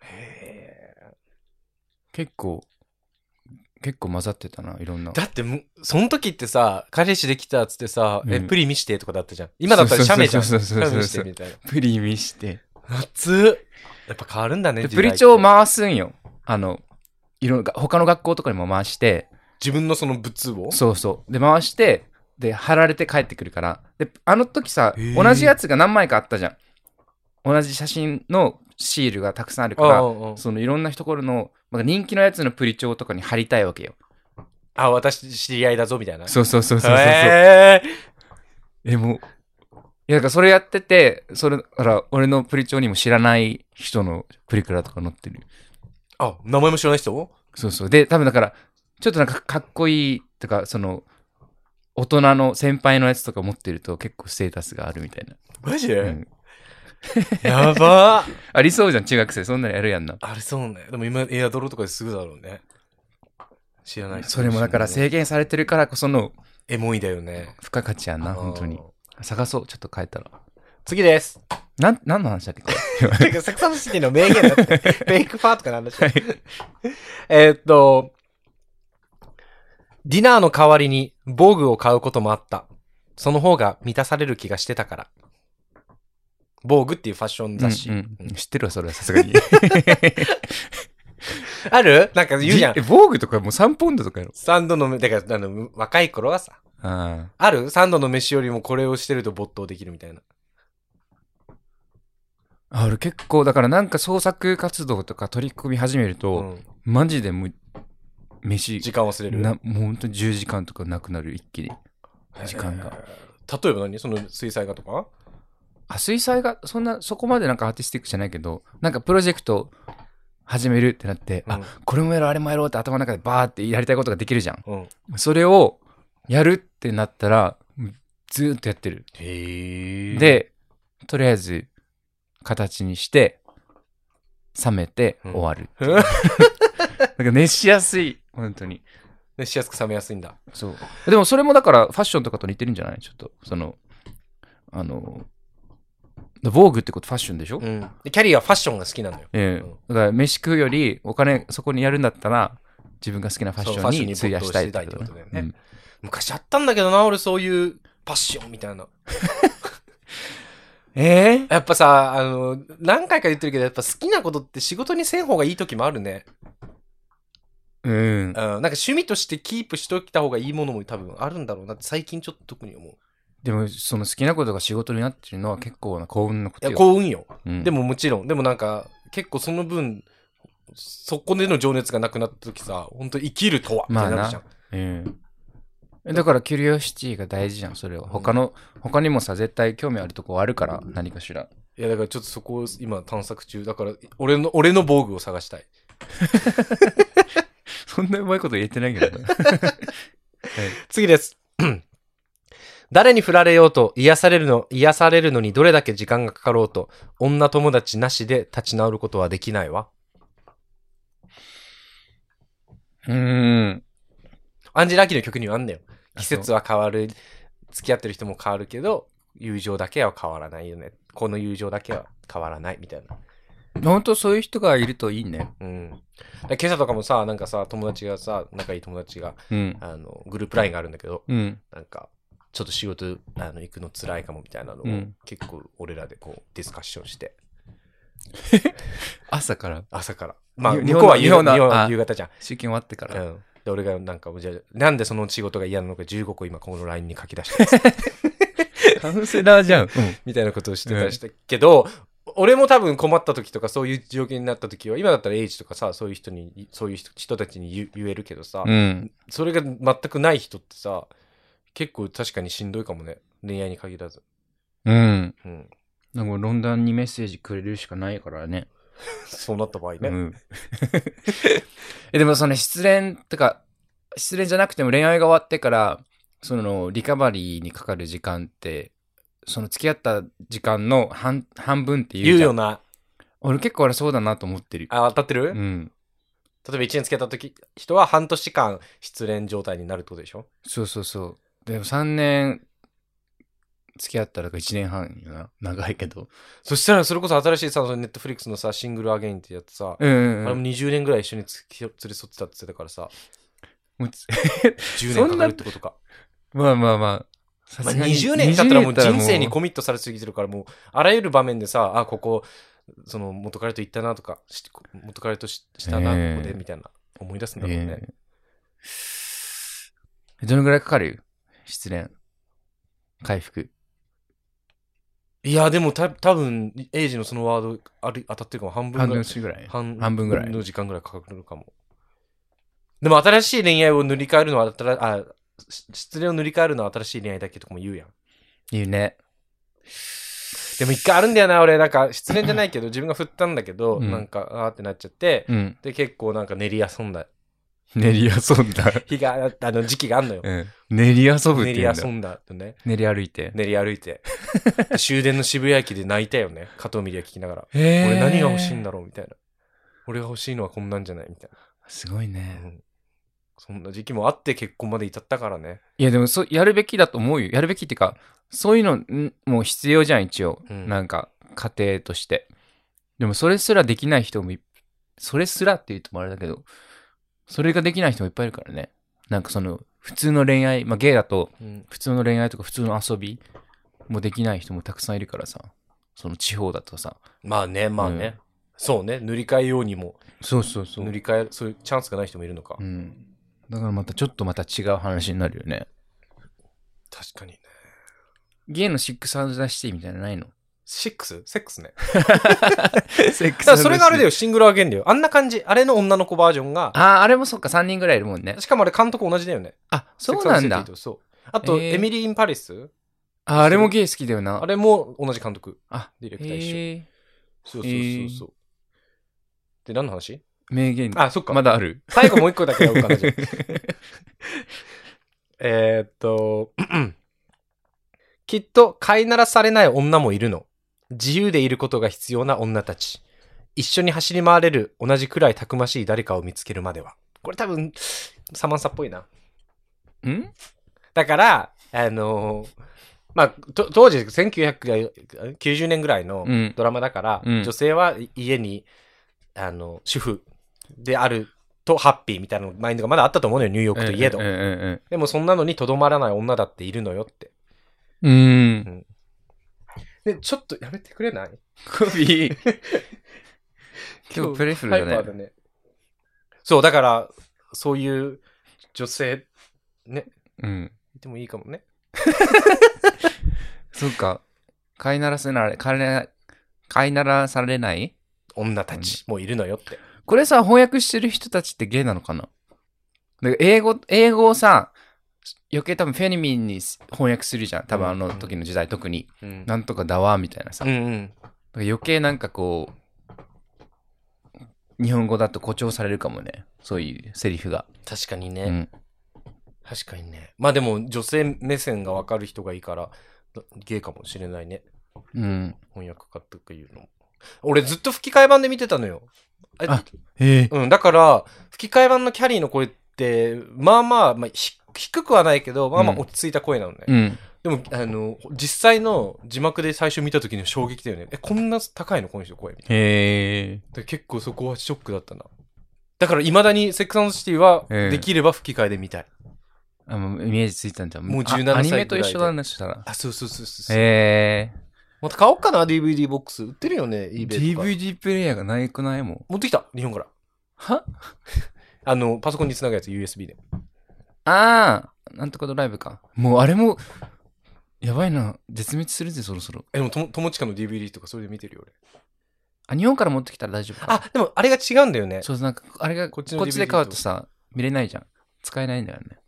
Speaker 1: へー
Speaker 2: 結構、結構混ざってたな、いろんな。
Speaker 1: だってむ、その時ってさ、彼氏できたっつってさ、
Speaker 2: うん
Speaker 1: え、プリ見してとかだったじゃん。今だったら写メじゃん。
Speaker 2: そうそうそうそう
Speaker 1: 写メしてみたいな。
Speaker 2: プリ見して。
Speaker 1: 夏やっぱ変わるんだね、
Speaker 2: で、
Speaker 1: 時
Speaker 2: プ
Speaker 1: 代っ
Speaker 2: リ
Speaker 1: て
Speaker 2: 帳を回すんよ。あの、いろんな、他の学校とかにも回して、
Speaker 1: 自分のその物を
Speaker 2: そうそう。で、回して、で、貼られて帰ってくるから。で、あの時さ、
Speaker 1: へー
Speaker 2: 同じやつが何枚かあったじゃん。同じ写真のシールがたくさんあるか
Speaker 1: あ
Speaker 2: ら、
Speaker 1: ああ
Speaker 2: そのいろんなところの、まあ、人気のやつのプリ帳とかに貼りたいわけよ。
Speaker 1: あ、あ私知り合いだぞ、みたいな。
Speaker 2: そうそうそうそうそうそう。
Speaker 1: へー
Speaker 2: え、もう。いや、だからそれやってて、それ、だから俺のプリ帳にも知らない人のプリクラとか載ってる。
Speaker 1: あ、名前も知らない人
Speaker 2: そうそう。で、多分だから、ちょっとなんかかっこいいとか、その、大人の先輩のやつとか持ってると結構ステータスがあるみたいな。
Speaker 1: マジで、
Speaker 2: うん、
Speaker 1: やばー
Speaker 2: ありそうじゃん、中学生。そんなのやるやんな。
Speaker 1: あれそうね。でも今、エアドロとかですぐだろうね。知らない人
Speaker 2: それもだから制限されてるからこその
Speaker 1: エモいだよね。
Speaker 2: 付加価値やんな、本当に
Speaker 1: あ。の
Speaker 2: 探そう、ちょっと変えたら。
Speaker 1: 次です。
Speaker 2: なん、何の話だっけ [laughs] こ
Speaker 1: て
Speaker 2: れ
Speaker 1: か、サクサムシティの名言だって。フェイクファーとかなんだし。えーっと、ディナーの代わりに防具を買うこともあった。その方が満たされる気がしてたから。防具っていうファッション雑誌。
Speaker 2: うんうん
Speaker 1: うん
Speaker 2: 知ってるわ、それはさすが [laughs] に。
Speaker 1: あるなんか言うじゃん
Speaker 2: え、。防具とかもう3ポンドとかやろ。
Speaker 1: サンドの、だから、あの、若い頃はさ、
Speaker 2: あ
Speaker 1: あるサンドの飯よりもこれをしてると没頭できるみたいな。
Speaker 2: あ。あ俺結構、だからなんか創作活動とか取り組み始める
Speaker 1: う
Speaker 2: と、
Speaker 1: ん
Speaker 2: マジでもう、飯、
Speaker 1: 時間忘れる。
Speaker 2: なもうほんと10時間とかなくなる、一気に。時間が
Speaker 1: えー。例えば何その水彩画とか
Speaker 2: あ、水彩画、そんな、そこまでなんかアーティスティックじゃないけど、なんかプロジェクト始めるってなって、
Speaker 1: うん
Speaker 2: あ、これもやろう、あれもやろうって頭の中でバーってやりたいことができるじゃん。
Speaker 1: うん。へ
Speaker 2: それをやるってなったら、ずーっとやってる。
Speaker 1: え。、
Speaker 2: で、とりあえず、形にして、冷めて
Speaker 1: [laughs] うん
Speaker 2: 終わる。なんか熱しやすい、本当に。
Speaker 1: 熱しやすく冷めやすいんだ。
Speaker 2: そう。でもそれもだから、ファッションとかと似てるんじゃないちょっと、その、あの、防具ってことファッションでしょ、
Speaker 1: うん。でキャリーはファッションが好きなのよ。
Speaker 2: ええ
Speaker 1: うん
Speaker 2: だから飯食うよりお金そこにやるんだったら自分が好きなファッシ
Speaker 1: そうファッ
Speaker 2: ョ
Speaker 1: ショ
Speaker 2: ン
Speaker 1: ン
Speaker 2: に
Speaker 1: に
Speaker 2: 費やしたいってこと
Speaker 1: 没頭していたいってことだよね
Speaker 2: うん
Speaker 1: 昔あったんだけどな、俺そういうパッションみたいな。
Speaker 2: ええ
Speaker 1: やっぱさ、あの、何回か言ってるけど、やっぱ好きなことって仕事にせん方がいい時もあるね。
Speaker 2: うん
Speaker 1: うん。なんか趣味としてキープしときた方がいいものも多分あるんだろうなって最近ちょっと特に思う。
Speaker 2: でもその好きなことが仕事になってるのは結構な幸運のこ
Speaker 1: い
Speaker 2: と
Speaker 1: や、
Speaker 2: よ、
Speaker 1: 幸運よ。
Speaker 2: うん
Speaker 1: でももちろん、でもなんか、結構その分、そこでの情熱がなくなった時さ、本当生きるとは、み
Speaker 2: ま
Speaker 1: た
Speaker 2: あ
Speaker 1: い
Speaker 2: な
Speaker 1: なるじゃん。
Speaker 2: うんえだからキュリオシティが大事じゃんそれは他の、他にもさ絶対興味あるとこあるから何かしら
Speaker 1: いや、だからちょっとそこを今探索中。だから、俺の、俺の防具を探したい。
Speaker 2: そんなうまいこと言えてないけどね
Speaker 1: 次です。 [clears throat] 誰に振られようと癒されるの、癒されるのにどれだけ時間がかかろうと、女友達なしで立ち直ることはできないわ。
Speaker 2: [laughs] うーん
Speaker 1: アンジェラ・アキの曲にはあんだよ。
Speaker 2: あ
Speaker 1: 季節は変わる、付き合ってる人も変わるけど、友情だけは変わらないよね。この友情だけは変わらない、みたいな。
Speaker 2: 本当そういう人がいるといいね
Speaker 1: うん。だから今朝とかもさ、なんかさ、友達がさ、仲いい友達が、
Speaker 2: うん
Speaker 1: あの、グループラインがあるんだけど、
Speaker 2: うん
Speaker 1: なんか、ちょっと仕事あの行くの辛いかもみたいなのを、
Speaker 2: うん
Speaker 1: 結構俺らでこうディスカッションして、
Speaker 2: 朝から
Speaker 1: 朝から。まあ、向
Speaker 2: 日本
Speaker 1: こうは
Speaker 2: 日
Speaker 1: 夕
Speaker 2: 本
Speaker 1: 方
Speaker 2: の
Speaker 1: 日本
Speaker 2: あ
Speaker 1: は夕方じゃん。
Speaker 2: 集金終わってから、
Speaker 1: うん。で、俺がなんか、じゃあなんでその仕事が嫌なのか15個今この LINE に書き出してます
Speaker 2: カウンセラーじゃん、
Speaker 1: [laughs] みたいなことをしてたりしたけど、俺も多分困った時とかそういう状況になった時は今だったらエイジとかさそういう人にそういう人人たちに言う言えるけどさ、
Speaker 2: うん。
Speaker 1: それが全くない人ってさ、結構確かにしんどいかもね。恋愛に限らず。
Speaker 2: うん。
Speaker 1: うん。
Speaker 2: なんか論壇にメッセージくれるしかないからね。
Speaker 1: そうなった場合ね。
Speaker 2: ん。 [laughs] えでもその失恋とか、失恋じゃなくても恋愛が終わってから、そのリカバリーにかかる時間って、その付き合った時間の半半分って
Speaker 1: 言
Speaker 2: いう
Speaker 1: う
Speaker 2: じゃ
Speaker 1: よ
Speaker 2: ん。
Speaker 1: な。
Speaker 2: 俺結構あれそうだなと思ってる。
Speaker 1: あ、当たってる、
Speaker 2: う
Speaker 1: 例え
Speaker 2: ん。
Speaker 1: ば1年つけた時、人は半年間失恋状態になるってことでしょ
Speaker 2: そうそうそう。でも3年付き合ったら1年半よな。長いけど。
Speaker 1: そしたらそれこそ新しいさ、そのネットフリックスのさ、シングルアゲインってやつさ、
Speaker 2: うんうん、
Speaker 1: あれ
Speaker 2: うん
Speaker 1: も。20年ぐらい一緒につき連れ添ってたって言ってたからさ、
Speaker 2: もうつ
Speaker 1: 10年かかるってことか。
Speaker 2: まあまあまあ。さ
Speaker 1: まあ、
Speaker 2: すがに
Speaker 1: 20年経ったらもう
Speaker 2: 20年
Speaker 1: 人生に
Speaker 2: もう
Speaker 1: コミットされすぎてるから、もうあらゆる場面でさ、あ、ここ、その元彼と行ったなとか、し元彼とししたな、
Speaker 2: ええ
Speaker 1: ここでみたいな、思い出すんだろうね。
Speaker 2: ええどのぐらいかかる失恋。回復。
Speaker 1: いや、でもた多分エイジのそのワードある当たってるかも、半分
Speaker 2: 半
Speaker 1: ぐらい
Speaker 2: 年。ぐらい。
Speaker 1: 半
Speaker 2: 半分ぐらい
Speaker 1: の時間ぐらいかかるかも。でも新しい恋愛を塗り替えるのは新、あ、し失恋を塗り替えるのは新しい恋愛だけとかも言うやん。
Speaker 2: いいね。
Speaker 1: でも一回あるんだよな、俺、なんか失恋じゃないけど、自分が振ったんだけど、
Speaker 2: うん
Speaker 1: なんか、あーってなっちゃって、
Speaker 2: うん。
Speaker 1: で、結構なんか練り遊んだ
Speaker 2: 練り遊
Speaker 1: [laughs]
Speaker 2: んだ。
Speaker 1: 日が、あの時期があんのよ。
Speaker 2: うん。練り遊ぶって
Speaker 1: 練り
Speaker 2: 言うん
Speaker 1: 遊
Speaker 2: だ。
Speaker 1: んだとね。
Speaker 2: 練り歩いて。
Speaker 1: 練り歩いて。終電の渋谷駅で泣いたよね。加藤ミリア聞きながら。
Speaker 2: え
Speaker 1: 俺何が欲しいんだ
Speaker 2: ろ
Speaker 1: ろうみたいな。俺が欲しいのはこんなんじゃないみたいな。
Speaker 2: うすごいうね。
Speaker 1: んそんな時期もあって結婚まで至ったからね。
Speaker 2: いやでもそう、やるべきだと思うよ。やるべきっていうか、そういうの、んもう必要じゃん、一応。
Speaker 1: うん
Speaker 2: なんか、家庭として。でもそれすらできない人もい、それすらって言うともあれだけど、それができない人もいっぱいいるからね。なんかその、普通の恋愛、まあゲイだと
Speaker 1: うん
Speaker 2: 普通の恋愛とか普通の遊びもできない人もたくさんいるからさ、その地方だとさ。
Speaker 1: まあね、まあね。そうね、塗り替えようにも、
Speaker 2: そうそうそ
Speaker 1: 塗り替え、そういうチャンスがない人もいるのか
Speaker 2: う。ん。だからまたちょっとまた違う話になるよね。
Speaker 1: 確かにね。
Speaker 2: ゲイのシックスアンドザシティみたいなの [laughs] ないの
Speaker 1: シックスセック
Speaker 2: [laughs]
Speaker 1: スね。
Speaker 2: セック
Speaker 1: だからそれがあれだ
Speaker 2: よ。
Speaker 1: よ、シングルアゲンだよ。あんな感じ、あれの女の子バージョンが、
Speaker 2: ああ、あれもそっか、3人ぐらいいるもんね。
Speaker 1: しかもあれ監督同じだよね。
Speaker 2: あ、そうなん
Speaker 1: セックスアンド。
Speaker 2: だ
Speaker 1: シティとそう。あと、
Speaker 2: へー
Speaker 1: エミリー・イン・パレス
Speaker 2: あ、あれもゲイ好きだよな。
Speaker 1: あれも同じ監督。
Speaker 2: あ、
Speaker 1: ディレクター一緒。
Speaker 2: え
Speaker 1: そうそうそうそう。で、何の話
Speaker 2: ー、名言。
Speaker 1: あ、そっか。
Speaker 2: まだある。
Speaker 1: 最後もう一個だけやろうか [laughs]
Speaker 2: [laughs]
Speaker 1: な、じゃあえーっと、 [clears throat] きっと飼いならされない女もいるの。自由でいることが必要な女たち。一緒に走り回れる同じくらいたくましい誰かを見つけるまでは。これ多分、サマンサっぽいな。
Speaker 2: ん
Speaker 1: だから、あのーまあ、と当時1990年ぐらいの
Speaker 2: うん
Speaker 1: ドラマだから、
Speaker 2: うん
Speaker 1: 女性は家に、あの、主婦であるとハッピーみたいなマインドがまだあったと思うのよ、ニューヨークといえど。
Speaker 2: うんうん
Speaker 1: でもそんなのにとどまらない女だっているのよって。
Speaker 2: うんうん。うん。
Speaker 1: で、ちょっとやめてくれない
Speaker 2: コ
Speaker 1: [laughs]
Speaker 2: ビー。今日プレフルだね
Speaker 1: ハイパーね。そう、だから、そういう女性、ね、
Speaker 2: うん。
Speaker 1: いてもいいかもね。
Speaker 2: そっか。飼いならせなれ、飼いな飼いならされない
Speaker 1: 女たちもいるのよって。
Speaker 2: これさ、翻訳してる人たちってゲイなのかなだから英語、英語をさ、余計多分フェニミンに翻訳するじゃん。多分あの時の時代特に。
Speaker 1: うん。
Speaker 2: なんとかだわ、みたいなさ。
Speaker 1: うんうん。
Speaker 2: だから余計なんかこう、日本語だと誇張されるかもね。そういうセリフが。
Speaker 1: 確かにね。
Speaker 2: うん。
Speaker 1: 確かにね。まあでも女性目線がわかる人がいいから、ゲイかもしれないね。
Speaker 2: うん。
Speaker 1: 翻訳家とかいうのも。俺ずっと吹き替え版で見てたのよ。あ
Speaker 2: あへえ。
Speaker 1: うん、だから、吹き替え版のキャリーの声って、まあまあ、まあ、ひ低くはないけど、まあまあ
Speaker 2: うん
Speaker 1: 落ち着いた声なのね。
Speaker 2: うん。
Speaker 1: でも、あの、実際の字幕で最初見た時の衝撃だよね。え、こんな高いのこの人声みたいな
Speaker 2: へえ。。
Speaker 1: で結構そこはショックだったな。だから未だにセックスアンドシティは、
Speaker 2: ええ
Speaker 1: できれば吹き替えで見たい。
Speaker 2: あ、もうイメージついたんじゃん。
Speaker 1: もう
Speaker 2: あ
Speaker 1: 17歳ぐらいで
Speaker 2: アニメと一緒だね、そしたら。
Speaker 1: あ、そうそうそうそうそう。
Speaker 2: へえ。
Speaker 1: また買おうかな、DVD ボックス。売ってるよね、eBay とか。
Speaker 2: DVD プレイヤーがないくないもん。
Speaker 1: 持ってきた、日本から。
Speaker 2: は
Speaker 1: [laughs] あの、パソコンにつなぐやつ、USB で。
Speaker 2: ああ、なんとかドライブか。もうあれも、やばいな。絶滅するぜ、そろそろ。
Speaker 1: え、でも、とも友近の DVD とかそれで見てるよ、俺。
Speaker 2: あ、日本から持ってきたら大丈夫か。
Speaker 1: あ、でも、あれが違うんだよね。
Speaker 2: そう、なんか、あれが、
Speaker 1: こ
Speaker 2: こ
Speaker 1: っ
Speaker 2: っ
Speaker 1: ち
Speaker 2: ち
Speaker 1: の DVD
Speaker 2: で買うとさ、見れないじゃん。使えないんだよね。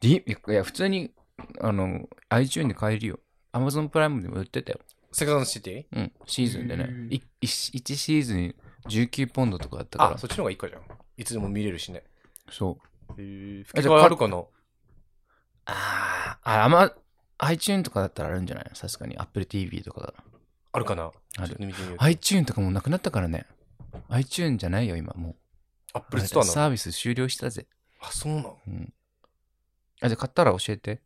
Speaker 2: D? いや、普通に、あの、iTune で買えるよ。Amazon プライムでも売ってたよ。
Speaker 1: セカンドシティ
Speaker 2: うん、シーズンで
Speaker 1: へ
Speaker 2: ね
Speaker 1: ー。
Speaker 2: いい1シーズン19ポンドとかだったか
Speaker 1: あ、
Speaker 2: ら。
Speaker 1: そっちの方がいいかじゃん。いつでも見れるしね。
Speaker 2: そう。
Speaker 1: へぇ
Speaker 2: えじゃあ
Speaker 1: ああるかな
Speaker 2: あーあ、あま、iTune とかだったらあるんじゃないさすがに Apple TV とかだ
Speaker 1: あるかな
Speaker 2: あ
Speaker 1: ちょっ
Speaker 2: る
Speaker 1: と。見てみよう。
Speaker 2: iTune とかもうなくなったからね。iTune じゃないよ、今もう。
Speaker 1: アップルストアなの
Speaker 2: サービス終了したぜ。
Speaker 1: あ、そうなの
Speaker 2: うん。あ、じゃあ買ったら教えて。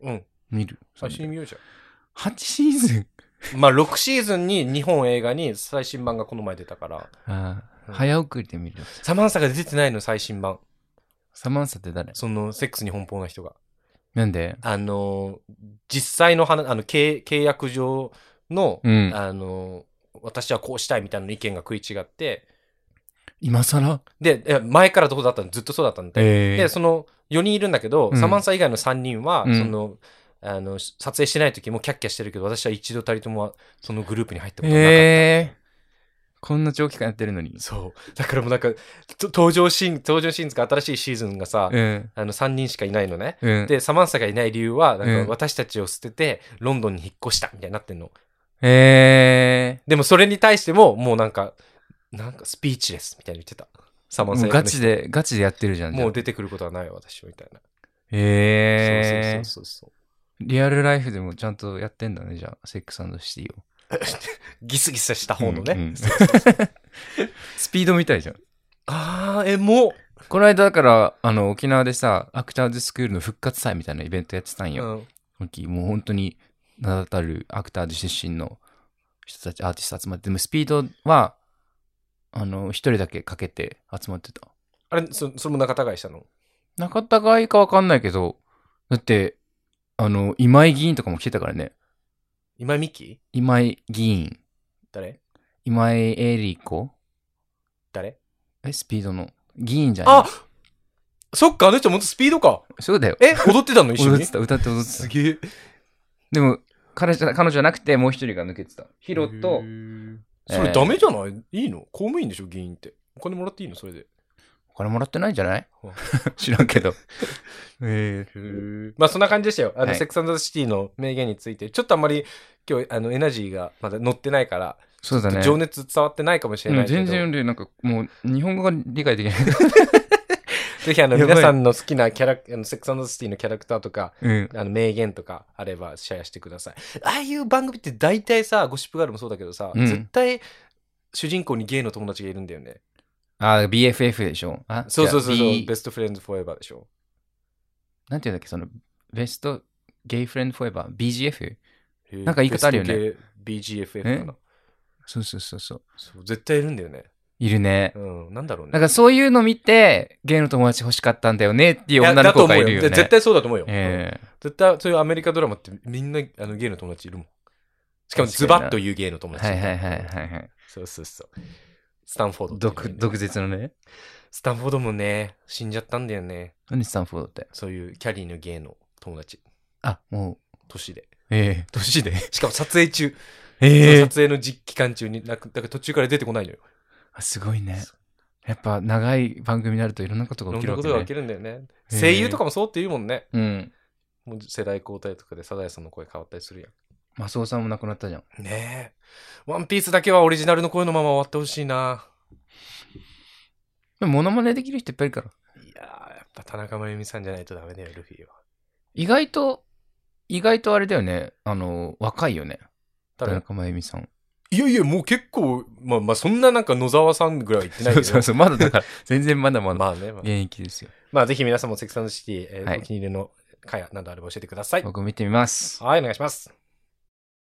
Speaker 1: うん。
Speaker 2: 見る。
Speaker 1: 最初に見ようじゃ
Speaker 2: 8シーズン。
Speaker 1: ん。まあ、6シーズンに日本映画に最新版がこの前出たから。う
Speaker 2: ああ、
Speaker 1: ん
Speaker 2: 早送りで見る。
Speaker 1: サマンサが出てないの、最新版。
Speaker 2: サマンサって誰
Speaker 1: その、セックスに奔放な人が。
Speaker 2: なんで
Speaker 1: あのー、実際の話、あの、契契約上の、
Speaker 2: うん。
Speaker 1: あの、私はこうしたいみたいな意見が食い違って、
Speaker 2: 今更
Speaker 1: で、いや前からどうだったのずっとそうだったんで、
Speaker 2: え
Speaker 1: で、その4人いるんだけど、
Speaker 2: うん
Speaker 1: サマンサ以外の3人は、
Speaker 2: うん
Speaker 1: その、あの、し撮影してない時もキャッキャしてるけど、私は一度たりともそのグループに入ったことがなかった。
Speaker 2: えー。こんな長期間やってるのに。
Speaker 1: そう。だからもうなんか、と登場シーン、登場シーンですか新しいシーズンがさ、
Speaker 2: うん。
Speaker 1: あの3人しかいないのね。
Speaker 2: うん。
Speaker 1: で、サマンサがいない理由は、な
Speaker 2: うんん
Speaker 1: か私たちを捨てて、ロンドンに引っ越したみたいになってんの。
Speaker 2: え
Speaker 1: でもそれに対しても、もうなんか、なんかスピーチレスみたいに言ってた。サ
Speaker 2: ー。も
Speaker 1: マンサ
Speaker 2: う
Speaker 1: 役の
Speaker 2: ガ
Speaker 1: 人
Speaker 2: チで、ガチでやってるじゃん。じゃあ
Speaker 1: もう出てくることはない私はみたいな。
Speaker 2: ええ
Speaker 1: そうそうそう
Speaker 2: リアルライフでもちゃんとやってんだね、じゃあ、セックスシティを。
Speaker 1: そう。ギスギスした方のね。
Speaker 2: うんうん [laughs] スピードみたいじゃん。
Speaker 1: あー、え、も
Speaker 2: この間だから、あの、沖縄でさ、アクターズスクールの復活祭みたいなイベントやってたん
Speaker 1: う。う
Speaker 2: よ。
Speaker 1: ん。
Speaker 2: 時もう本当に名だたるアクターズ出身の人たち、アーティスト集まって、でもスピードは、あの、一人だけかけて集まってた。
Speaker 1: あれ、そそれも仲違いしたの
Speaker 2: 中田がいかわかんないけど、だって、あの、今井議員とかも来てたからね。
Speaker 1: 今ミキ
Speaker 2: 今井議員、
Speaker 1: 誰
Speaker 2: 今井エリコ
Speaker 1: 誰
Speaker 2: え、スピードの。議員じゃない
Speaker 1: あそっか、あの人もっとスピードか。
Speaker 2: そうだよ。
Speaker 1: え、踊ってたの一緒
Speaker 2: 踊っ
Speaker 1: に
Speaker 2: てた、歌って踊って
Speaker 1: す
Speaker 2: た。
Speaker 1: げえ。
Speaker 2: でも、彼じゃ、彼女じゃなくて、もう一人が抜けてた。ヒロ
Speaker 1: へ
Speaker 2: と、
Speaker 1: ー
Speaker 2: えー
Speaker 1: それダメじゃない、いいの公務員でしょ議員って。お金もらっていいのそれで。
Speaker 2: お金もらってないんじゃない
Speaker 1: ほう
Speaker 2: [laughs] 知らんけど。
Speaker 1: まあそんな感じでしたよ。あの、
Speaker 2: はい
Speaker 1: セックスザシティの名言について。ちょっとあんまり今日あのエナジーがまだ乗ってないから、
Speaker 2: そうだね。
Speaker 1: 情熱伝わってないかもしれ
Speaker 2: う
Speaker 1: なんいけど、
Speaker 2: 全然ね、なんかもう、日本語が理解できない。
Speaker 1: ぜひあの
Speaker 2: やばい
Speaker 1: 皆さんの好きなキャラクあのセックスザシティのキャラクターとか、
Speaker 2: うん。
Speaker 1: あの名言とかあればシェアしてください。ああいう番組って大体さ、ゴシップガールもそうだけどさ、
Speaker 2: うん
Speaker 1: 絶対主人公にゲイの友達がいるんだよね。
Speaker 2: あ、BFF でしょ。あ、
Speaker 1: そうそうそう
Speaker 2: じ
Speaker 1: そ
Speaker 2: ゃ
Speaker 1: う、
Speaker 2: あ B-
Speaker 1: ベストフレンズフォーエバーでしょ。
Speaker 2: なんていうんだっけ、その、ベスト、ゲイフレンドフォーエバー、BGF?
Speaker 1: な
Speaker 2: なんか言い方あるよね。
Speaker 1: ベスト系 BGFF かな。
Speaker 2: そうそうそうそう。
Speaker 1: そう絶対いるんだよね。
Speaker 2: いるね。
Speaker 1: うん、なんだろうね。
Speaker 2: なんかそういうの見て、ゲイの友達欲しかったんだよねっていう女の子がいるよね。
Speaker 1: やだと思う絶対そうだと思うよ。うん
Speaker 2: え
Speaker 1: 絶対、そういうアメリカドラマってみんなあのゲイの友達いるもん。しかもズバッと言うゲイの友
Speaker 2: え
Speaker 1: 達。
Speaker 2: はいはいはいはいはい。
Speaker 1: そうそうそう。スタンフォードっていう
Speaker 2: 毒、
Speaker 1: ね
Speaker 2: 毒舌のね。
Speaker 1: スタンフォードもね、死んじゃったんだよね。
Speaker 2: 何スタンフォードって。
Speaker 1: そういうキャリーのゲイの友達。
Speaker 2: あ、も
Speaker 1: 年で。
Speaker 2: う、ええ年で。
Speaker 1: [laughs] しかも撮影中。
Speaker 2: ええ
Speaker 1: 撮影の実期間中になく、だから途中から出てこないのよ。
Speaker 2: あすごいね。やっぱ長い番組になるといろんなことが
Speaker 1: いろん
Speaker 2: 起き
Speaker 1: な
Speaker 2: る
Speaker 1: こ
Speaker 2: わ
Speaker 1: とが
Speaker 2: け
Speaker 1: 起
Speaker 2: ね
Speaker 1: き。るんだよね。
Speaker 2: へー
Speaker 1: 声優とかもそうって言うもんね。
Speaker 2: うん。
Speaker 1: もう世代交代とかでサザエさんの声変わったりするやん。
Speaker 2: マスオさんも亡くなったじゃん。
Speaker 1: ねえ。ワンピースだけはオリジナルの声のまま終わってほしいな。
Speaker 2: でもモノマネできる人いっぱいいるから。
Speaker 1: いやー、やっぱ田中真由美さんじゃないとダメだよ、ルフィは。
Speaker 2: 意外と、意外とあれだよね。あの、若いよね。田
Speaker 1: 誰
Speaker 2: 中真由美さん。
Speaker 1: いやいや、もう結構、まあまあ、そんななんか野沢さんぐらいは [laughs] 言ってない
Speaker 2: そ
Speaker 1: けど。
Speaker 2: うそうそう。まだだから、 [laughs] 全然まだまだ。
Speaker 1: まあね、まあ、
Speaker 2: 現役ですよ。
Speaker 1: まあぜひ皆さんもセクサンドシティ、えー
Speaker 2: はい
Speaker 1: お気に入りの会やなどあれば教えてください。
Speaker 2: 僕見てみます。
Speaker 1: はい、お願いします。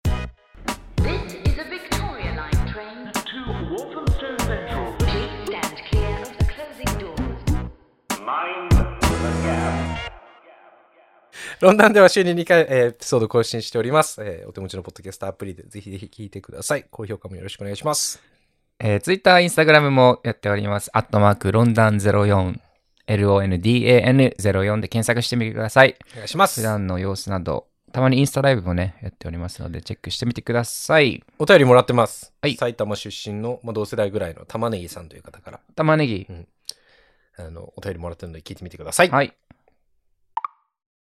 Speaker 4: This is a Victoria Line train
Speaker 5: to Walthamstow Central.
Speaker 4: Please stand clear of the closing doors.
Speaker 5: Mind the gap.
Speaker 1: ロンダンでは週に2回、えーエピソード更新しております。えーお手持ちのポッドキャストアプリでぜひぜひ聞いてください。高評価もよろしくお願いします。
Speaker 2: えー、Twitter、Instagram もやっております。アットマーク、ロンダン04。londan04 で検索してみてください。
Speaker 1: お願いします
Speaker 2: 普。段の様子など、たまにインスタライブもね、やっておりますので、チェックしてみてください。
Speaker 1: お便りもらってます。
Speaker 2: はい
Speaker 1: 埼玉出身の、まあ、同世代ぐらいの玉ねぎさんという方から、
Speaker 2: 玉ねぎ。
Speaker 1: あの、お便りもらってるので聞いてみてください。
Speaker 2: はい。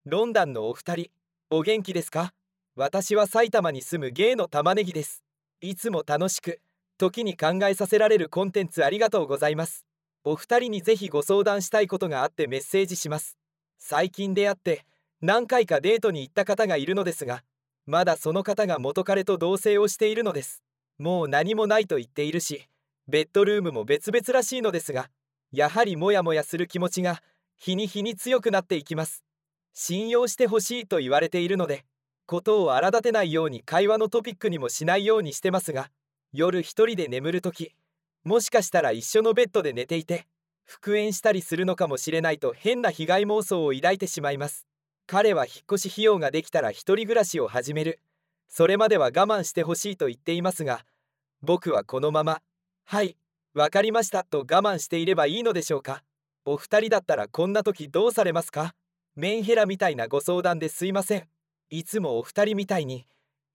Speaker 6: ロンダンのお二人、お元気ですか私は埼玉に住むゲイの玉ねぎです。いつも楽しく、時に考えさせられるコンテンツありがとうございます。お二人にぜひご相談したいことがあってメッセージします。最近出会って、何回かデートに行った方がいるのですが、まだその方が元彼と同棲をしているのです。もう何もないと言っているし、ベッドルームも別々らしいのですが、やはりモヤモヤする気持ちが、日に日に強くなっていきます。信用してほしいと言われているのでことを荒立てないように会話のトピックにもしないようにしてますが夜一人で眠るときもしかしたら一緒のベッドで寝ていて復縁したりするのかもしれないと変な被害妄想を抱いてしまいます彼は引っ越し費用ができたら一人暮らしを始めるそれまでは我慢してほしいと言っていますが僕はこのままはいわかりましたと我慢していればいいのでしょうかお二人だったらこんな時どうされますかメンヘラみたいなご相談ですいません。いつもお二人みたいに、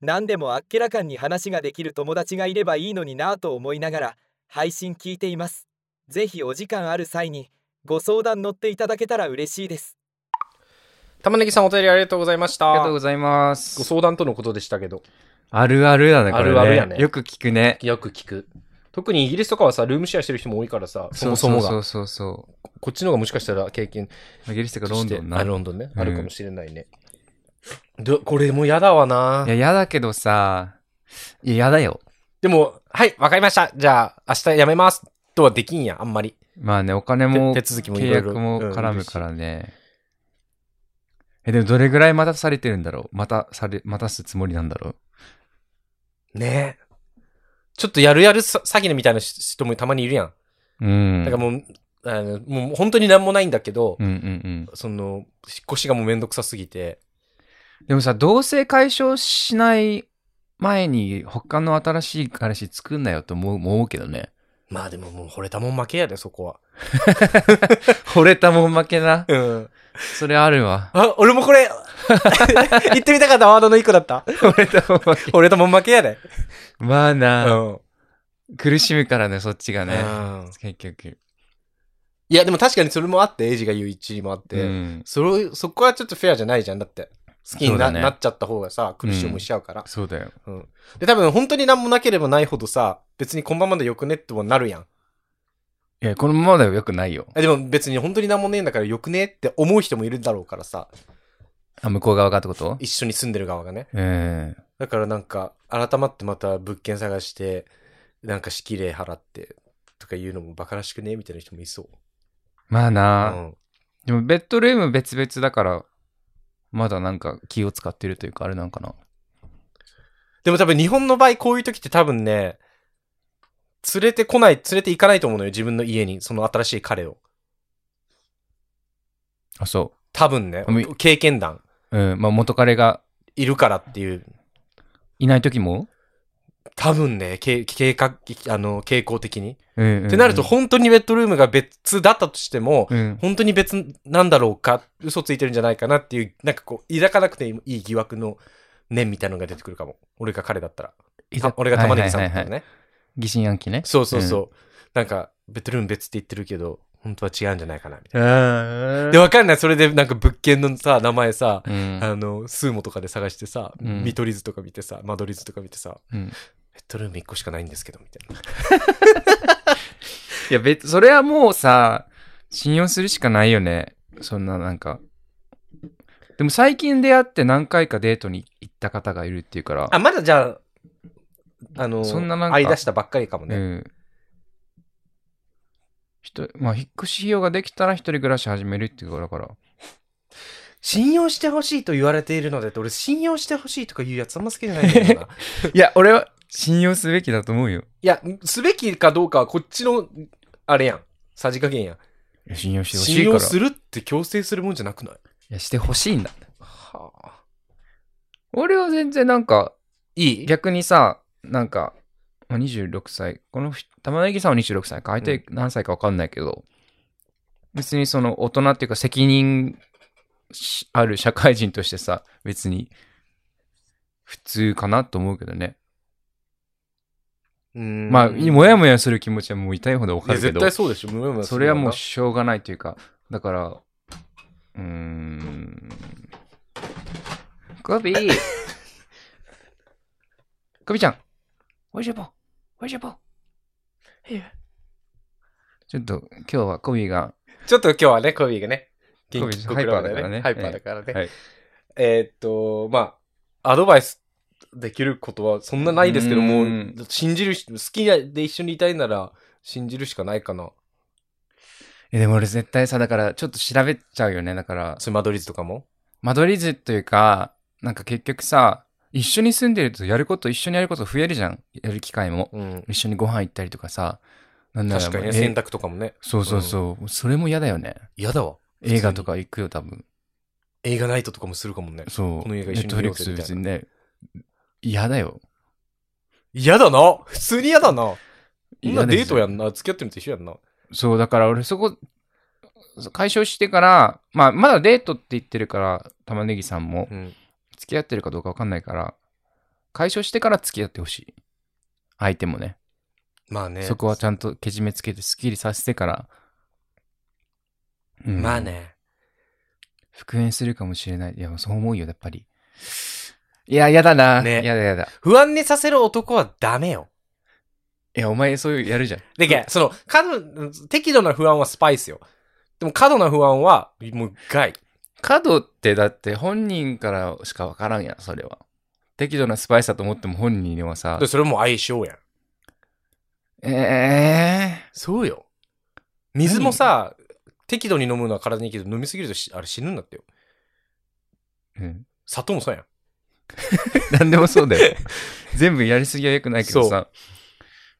Speaker 6: 何でもあっけらかんに話ができる友達がいればいいのになぁと思いながら、配信聞いています。ぜひお時間ある際に、ご相談乗っていただけたら嬉しいです。
Speaker 1: 玉ねぎさんお便りありがとうございました。
Speaker 2: ありがとうございま
Speaker 1: ご
Speaker 2: す。
Speaker 1: 相談とのことでしたけど、
Speaker 2: あるあるだね、これ、ね。
Speaker 1: あるあるやね
Speaker 2: よく聞くね。
Speaker 1: よく聞く。特にイギリスとかはさ、ルームシェアしてる人も多いからさ、そもそもが。
Speaker 2: そうそうそうそう
Speaker 1: こっちの方がもしかしたら経験
Speaker 2: そう。イギリスとか
Speaker 1: と
Speaker 2: ロ
Speaker 1: し
Speaker 2: ン
Speaker 1: て
Speaker 2: ドンな。
Speaker 1: あロンドンね、
Speaker 2: うん
Speaker 1: あるかもしれないね。どこれもうやだわない
Speaker 2: や、嫌だけどさ、いや、嫌だよ。
Speaker 1: でも、はい、わかりました。じゃあ、明日やめます。とはできんやん、あんまり。
Speaker 2: まあね、お金も、
Speaker 1: 手手続きもいろ
Speaker 2: 契
Speaker 1: いろ
Speaker 2: 約も絡むからね。え、でもどれぐらい待たされてるんだろうまたされ、待たすつもりなんだろう
Speaker 1: ねえ。ちょっとやるやるさ詐欺みたいな人もたまにいるやん。
Speaker 2: うん。
Speaker 1: だからもう、あのもう本当になんもないんだけど、
Speaker 2: うんうんうん。
Speaker 1: その、引っ越しがもうめんどくさすぎて、
Speaker 2: でもさ、同性解消しない前に他の新しい彼氏作んなよと思う思うけどね。
Speaker 1: まあでももう惚れたもん負けやで、そこは。
Speaker 2: 惚れたもん負けな。
Speaker 1: うん。
Speaker 2: それあるわ。
Speaker 1: あ、俺もこ
Speaker 2: [laughs]
Speaker 1: れ、言ってみたかったワードの一個だった。
Speaker 2: 惚れたもん負け。
Speaker 1: [laughs] 惚れたもん負けやで。
Speaker 2: ま
Speaker 1: [laughs]
Speaker 2: あ
Speaker 1: う
Speaker 2: な、
Speaker 1: ん。
Speaker 2: 苦しむからね、そっちがね。
Speaker 1: うん
Speaker 2: 結局。
Speaker 1: いや、でも確かにそれもあって、エイジが言う1位もあって、
Speaker 2: うん、
Speaker 1: それをそこはちょっとフェアじゃないじゃん。だって、好きに
Speaker 2: そうだ
Speaker 1: な,、
Speaker 2: ね
Speaker 1: なっちゃった方がさ、苦しい思いしちゃうから。
Speaker 2: そうだよ。
Speaker 1: で、多分本当になんもなければないほどさ、別にこんばんまでよくねってもなるやん。
Speaker 2: いや、このままではよくないよ。
Speaker 1: あでも別に本当になんもねえんだからよくねって思う人もいるだろうからさ、
Speaker 2: あ、向こう側がってこと
Speaker 1: 一緒に住んでる側がね。
Speaker 2: ええ
Speaker 1: だからなんか、改まってまた物件探して、なんか敷礼払って、とか言うのもバカらしくねえみたいな人もいそう。
Speaker 2: まあ
Speaker 1: う
Speaker 2: な、
Speaker 1: ん。
Speaker 2: でもベッドルーム別々だから、まだなんか気を使ってるというか、あれなんかな。
Speaker 1: でも多分日本の場合こういう時って多分ね、連れてこない、連れて行かないと思うのよ。自分の家に、その新しい彼を。
Speaker 2: あ、そ
Speaker 1: 多分ね
Speaker 2: うん、
Speaker 1: 経験談、
Speaker 2: う。うん、まあ元彼が
Speaker 1: いるからっていう、
Speaker 2: いない時も
Speaker 1: 多分ね、け計画、あの、傾向的に。
Speaker 2: うんうんうん
Speaker 1: ってなると、本当にベッドルームが別だったとしても、
Speaker 2: うん。
Speaker 1: 本当に別なんだろうか、嘘ついてるんじゃないかなっていう、なんかこう、抱かなくていい疑惑の念みたいなのが出てくるかも。俺が彼だったら。た俺が玉ねぎさんだった
Speaker 2: はい
Speaker 1: ら
Speaker 2: はいはい
Speaker 1: ね。
Speaker 2: 疑心暗鬼ね。
Speaker 1: そうそうそう。なんか、ベッドルーム別って言ってるけど、本当は違うんじゃないかな、みたいな。
Speaker 2: うん
Speaker 1: で、わかんない。それでなんか物件のさ、名前さ、
Speaker 2: うん
Speaker 1: あの、スーモとかで探してさ、
Speaker 2: うん
Speaker 1: 見取り図とか見てさ、間取り図とか見てさ、
Speaker 2: うん
Speaker 1: ベッドルーム1個しかないんですけど、みたいな。
Speaker 2: いや、別、それはもうさ、信用するしかないよね。そんな、なんか。でも最近出会って何回かデートに行った方がいるっていうから。
Speaker 1: あ、まだじゃあ、あの、
Speaker 2: そんななんか
Speaker 1: 会い出したばっかりかも
Speaker 2: う
Speaker 1: ね。
Speaker 2: ん。人、まあ、引っ越し費用ができたら一人暮らし始めるっていうからだから。
Speaker 1: 信用してほしいと言われているのでって、俺信用してほしいとか言うやつあんま好きじゃないんだよ
Speaker 2: [laughs]
Speaker 1: な。
Speaker 2: いや、俺は信用すべきだと思うよ。
Speaker 1: いや、すべきかどうかはこっちの、あれやん。さじ加減やん。
Speaker 2: 信用してほし
Speaker 1: 信
Speaker 2: いから。
Speaker 1: 用するって強制するもんじゃなくない
Speaker 2: いや、してほしいんだ。
Speaker 1: はあ。
Speaker 2: 俺は全然なんか、
Speaker 1: いい
Speaker 2: 逆にさ、なんか、まあ26歳、この人玉ねぎさんは26歳か、相手何歳か分かんないけど、別にその大人っていうか責任しある社会人としてさ、別に普通かなと思うけどね。まあ、もやもやする気持ちはもう痛いほど分
Speaker 1: い
Speaker 2: か
Speaker 1: や
Speaker 2: るけ
Speaker 1: 絶
Speaker 2: ど、
Speaker 1: 対そうでしょ。もやもやする
Speaker 2: それはも
Speaker 1: わ
Speaker 2: う
Speaker 1: な
Speaker 2: しょうがないというか、だから、うーん。コビ [laughs] ーコビちゃんおいしょぼおいしょぼちょっと今日はコビが、
Speaker 1: ちょっと今日はね、コビーがね、
Speaker 2: コビー
Speaker 1: コクラブハ
Speaker 2: ハ
Speaker 1: イパ
Speaker 2: イパ
Speaker 1: ー
Speaker 2: ー
Speaker 1: だ
Speaker 2: だ
Speaker 1: からね。
Speaker 2: はい
Speaker 1: えーっと、まあ、アドバイスできることはそんなないですけど
Speaker 2: う
Speaker 1: も
Speaker 2: ん、
Speaker 1: 信じるし、好きで一緒にいたいなら、信じるしかないかな。
Speaker 2: えでも俺絶対さ、だからちょっと調べちゃうよね。だから、
Speaker 1: そういうマドリーズとかも。
Speaker 2: 間取り図というか、なんか結局さ、一緒に住んでるとやること、一緒にやること増えるじゃん。やる機会も。
Speaker 1: うん。
Speaker 2: 一緒にご飯行ったりとかさ。なんなら
Speaker 1: 確かに
Speaker 2: え
Speaker 1: ね、洗濯とかもね。
Speaker 2: そうそうそう。それも嫌だよね。
Speaker 1: 嫌だわ。
Speaker 2: 映画とか行くよ、多分。
Speaker 1: 映画ナイトとかもするかもね。
Speaker 2: そう。
Speaker 1: この映画
Speaker 2: ネ
Speaker 1: 一緒
Speaker 2: ット
Speaker 1: に見
Speaker 2: フリ
Speaker 1: よ
Speaker 2: ッ
Speaker 1: う
Speaker 2: ク
Speaker 1: ぜ
Speaker 2: ス
Speaker 1: みたい
Speaker 2: 別
Speaker 1: な
Speaker 2: にね、嫌だよ。
Speaker 1: 嫌だな普通に嫌だな今
Speaker 2: 嫌です
Speaker 1: デートやんな付き合ってるのと一緒やんな。
Speaker 2: そう、だから俺そこ、解消してから、まあ、まだデートって言ってるから、玉ねぎさんも
Speaker 1: う、ん。
Speaker 2: 付き合ってるかどうかわかんないから、解消してから付き合ってほしい。相手もね。
Speaker 1: まあね。
Speaker 2: そこはちゃんとけじめつけてスッキリさせてから、うん
Speaker 1: まあね。
Speaker 2: 復縁するかもしれない。いや、そう思うよ、やっぱり。いや、やだな。
Speaker 1: ね
Speaker 2: やだやだ。
Speaker 1: 不安にさせる男はダメよ。
Speaker 2: いや、お前そういうやるじゃん。
Speaker 1: でけ、その、過度、適度な不安はスパイスよ。でも過度な不安は、もう害。
Speaker 2: 角ってだって本人からしかわからんやん、それは。適度なスパイスだと思っても本人にはさ
Speaker 1: で、、それも相性やん。
Speaker 2: ええ
Speaker 1: そうよ。水もさ、適度に飲むのは体にいいけど、飲みすぎるとしあれ死ぬんだってよ。
Speaker 2: ー。うん。 [laughs]
Speaker 1: 砂糖もそうやん。
Speaker 2: 何でもそうだ [laughs] よ。全部やりすぎは良くないけどさ。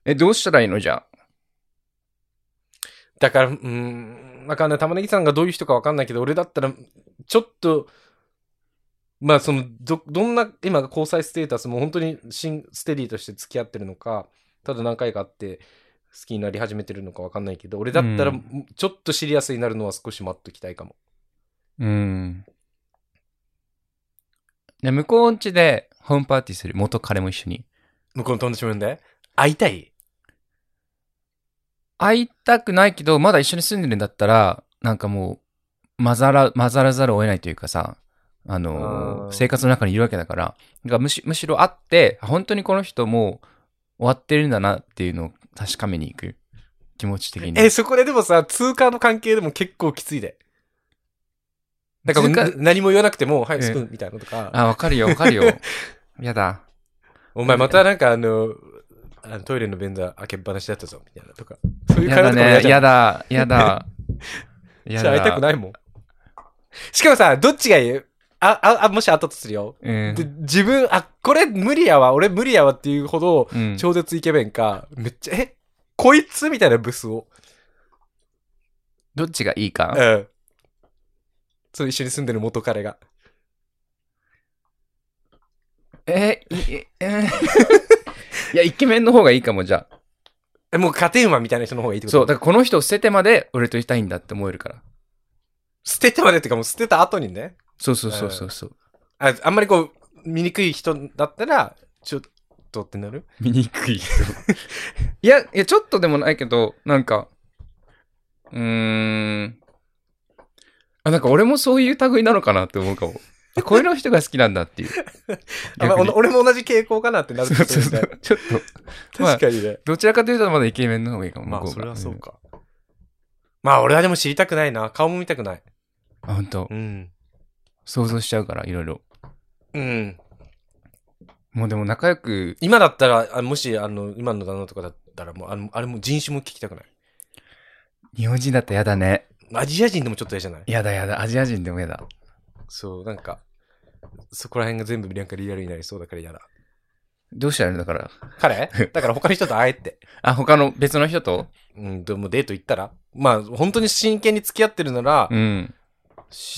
Speaker 2: え、どうしたらいいのじゃあ
Speaker 1: だから、うーん、わかんない。玉ねぎさんがどういう人かわかんないけど、俺だったら、ちょっと、まあ、その、ど、どんな、今、交際ステータスも本当にシン、ステディとして付き合ってるのか、ただ何回かあって、好きになり始めてるのかわかんないけど、俺だったら
Speaker 2: う、
Speaker 1: ちょっとシリアスになるのは少し待っときたいかも。
Speaker 2: うん。で、向こうん家でホームパーティーする。元彼も一緒に。
Speaker 1: 向こうの友達も呼んで。会いたい
Speaker 2: 会いたくないけど、まだ一緒に住んでるんだったら、なんかもう、混ざら、混ざらざるを得ないというかさ、あの
Speaker 1: あー
Speaker 2: 生活の中にいるわけだから、だからむしむしろ会って、あ本当にこの人もう終わってるんだなっていうのを確かめに行く。気持ち的に。
Speaker 1: え、そこででもさ、通貨の関係でも結構きついで。だから
Speaker 2: 通過
Speaker 1: な何も言わなくても、はい、
Speaker 2: え
Speaker 1: スプーンみたいなのとか。
Speaker 2: あ、わかるよ、わかるよ。
Speaker 1: [laughs]
Speaker 2: やだ。
Speaker 1: お前またなんかあの、あのトイレの便座開けっぱなしだったぞ、みたいなとか。そういう
Speaker 2: や
Speaker 1: 会話
Speaker 2: だ
Speaker 1: とかも嫌
Speaker 2: ね。
Speaker 1: じゃ
Speaker 2: や
Speaker 1: ん。
Speaker 2: だ、やだ。
Speaker 1: [laughs]
Speaker 2: や
Speaker 1: じゃあ会いたくないもん。しかもさ、どっちがいいあ、あ、あ、もしあったとするよ。
Speaker 2: うん
Speaker 1: で自分、あ、これ無理やわ、俺無理やわっていうほど、
Speaker 2: うん。
Speaker 1: 超絶イケメンか、めっちゃ、え、こいつみたいなブスを。
Speaker 2: どっちがいいか
Speaker 1: う。ん。そう、一緒に住んでる元彼が。
Speaker 2: え、いいえ [laughs] いや、イケメンの方がいいかも、じゃあ。
Speaker 1: え、もう勝て馬みたいな人の方がいいってこと
Speaker 2: そう、だからこの人を捨ててまで俺といたいんだって思えるから。
Speaker 1: 捨ててまでっていうかもう捨てた後にね。
Speaker 2: そうそうそうそうそう。
Speaker 1: ああんまりこう、醜い人だったら、ちょっとってなる
Speaker 2: 醜い人。いや、いや、ちょっとでもないけど、なんか、うーん。あ、なんか俺もそういう類なのかなって思うかも。あこういうの人が好きなんだっていう。
Speaker 1: あまあ
Speaker 2: 逆に
Speaker 1: お俺も同じ傾向かなってなる
Speaker 2: そうそうそ
Speaker 1: ね
Speaker 2: う。ちょっと。まあ
Speaker 1: 確、かにね。
Speaker 2: どちらかというとまだイケメンの方がいいかも。
Speaker 1: まあ、
Speaker 2: 向こ
Speaker 1: それは
Speaker 2: が
Speaker 1: そう。か。まあ、俺はでも知りたくないな。顔も見たくない。
Speaker 2: うんあ、本当
Speaker 1: うん。
Speaker 2: 想像しちゃうから、いろいろ。
Speaker 1: うん。
Speaker 2: もうでも仲良く、
Speaker 1: 今だったら、あもし、あの、今の旦那とかだったら、もう、あのあれも人種も聞きたくない。
Speaker 2: 日本人だったらやだね。
Speaker 1: アジア人でもちょっと嫌じゃない
Speaker 2: やだやだ、アジア人でもやだ。
Speaker 1: そう、なんか、そこら辺が全部なんかリアルになりそうだから嫌だ。
Speaker 2: どうしたらいいのだから。 [laughs]
Speaker 1: 彼だから他の人と会えって。
Speaker 2: あ、他の別の人と
Speaker 1: うん、でもデート行ったらまあ、本当に真剣に付き合ってるなら、
Speaker 2: うん。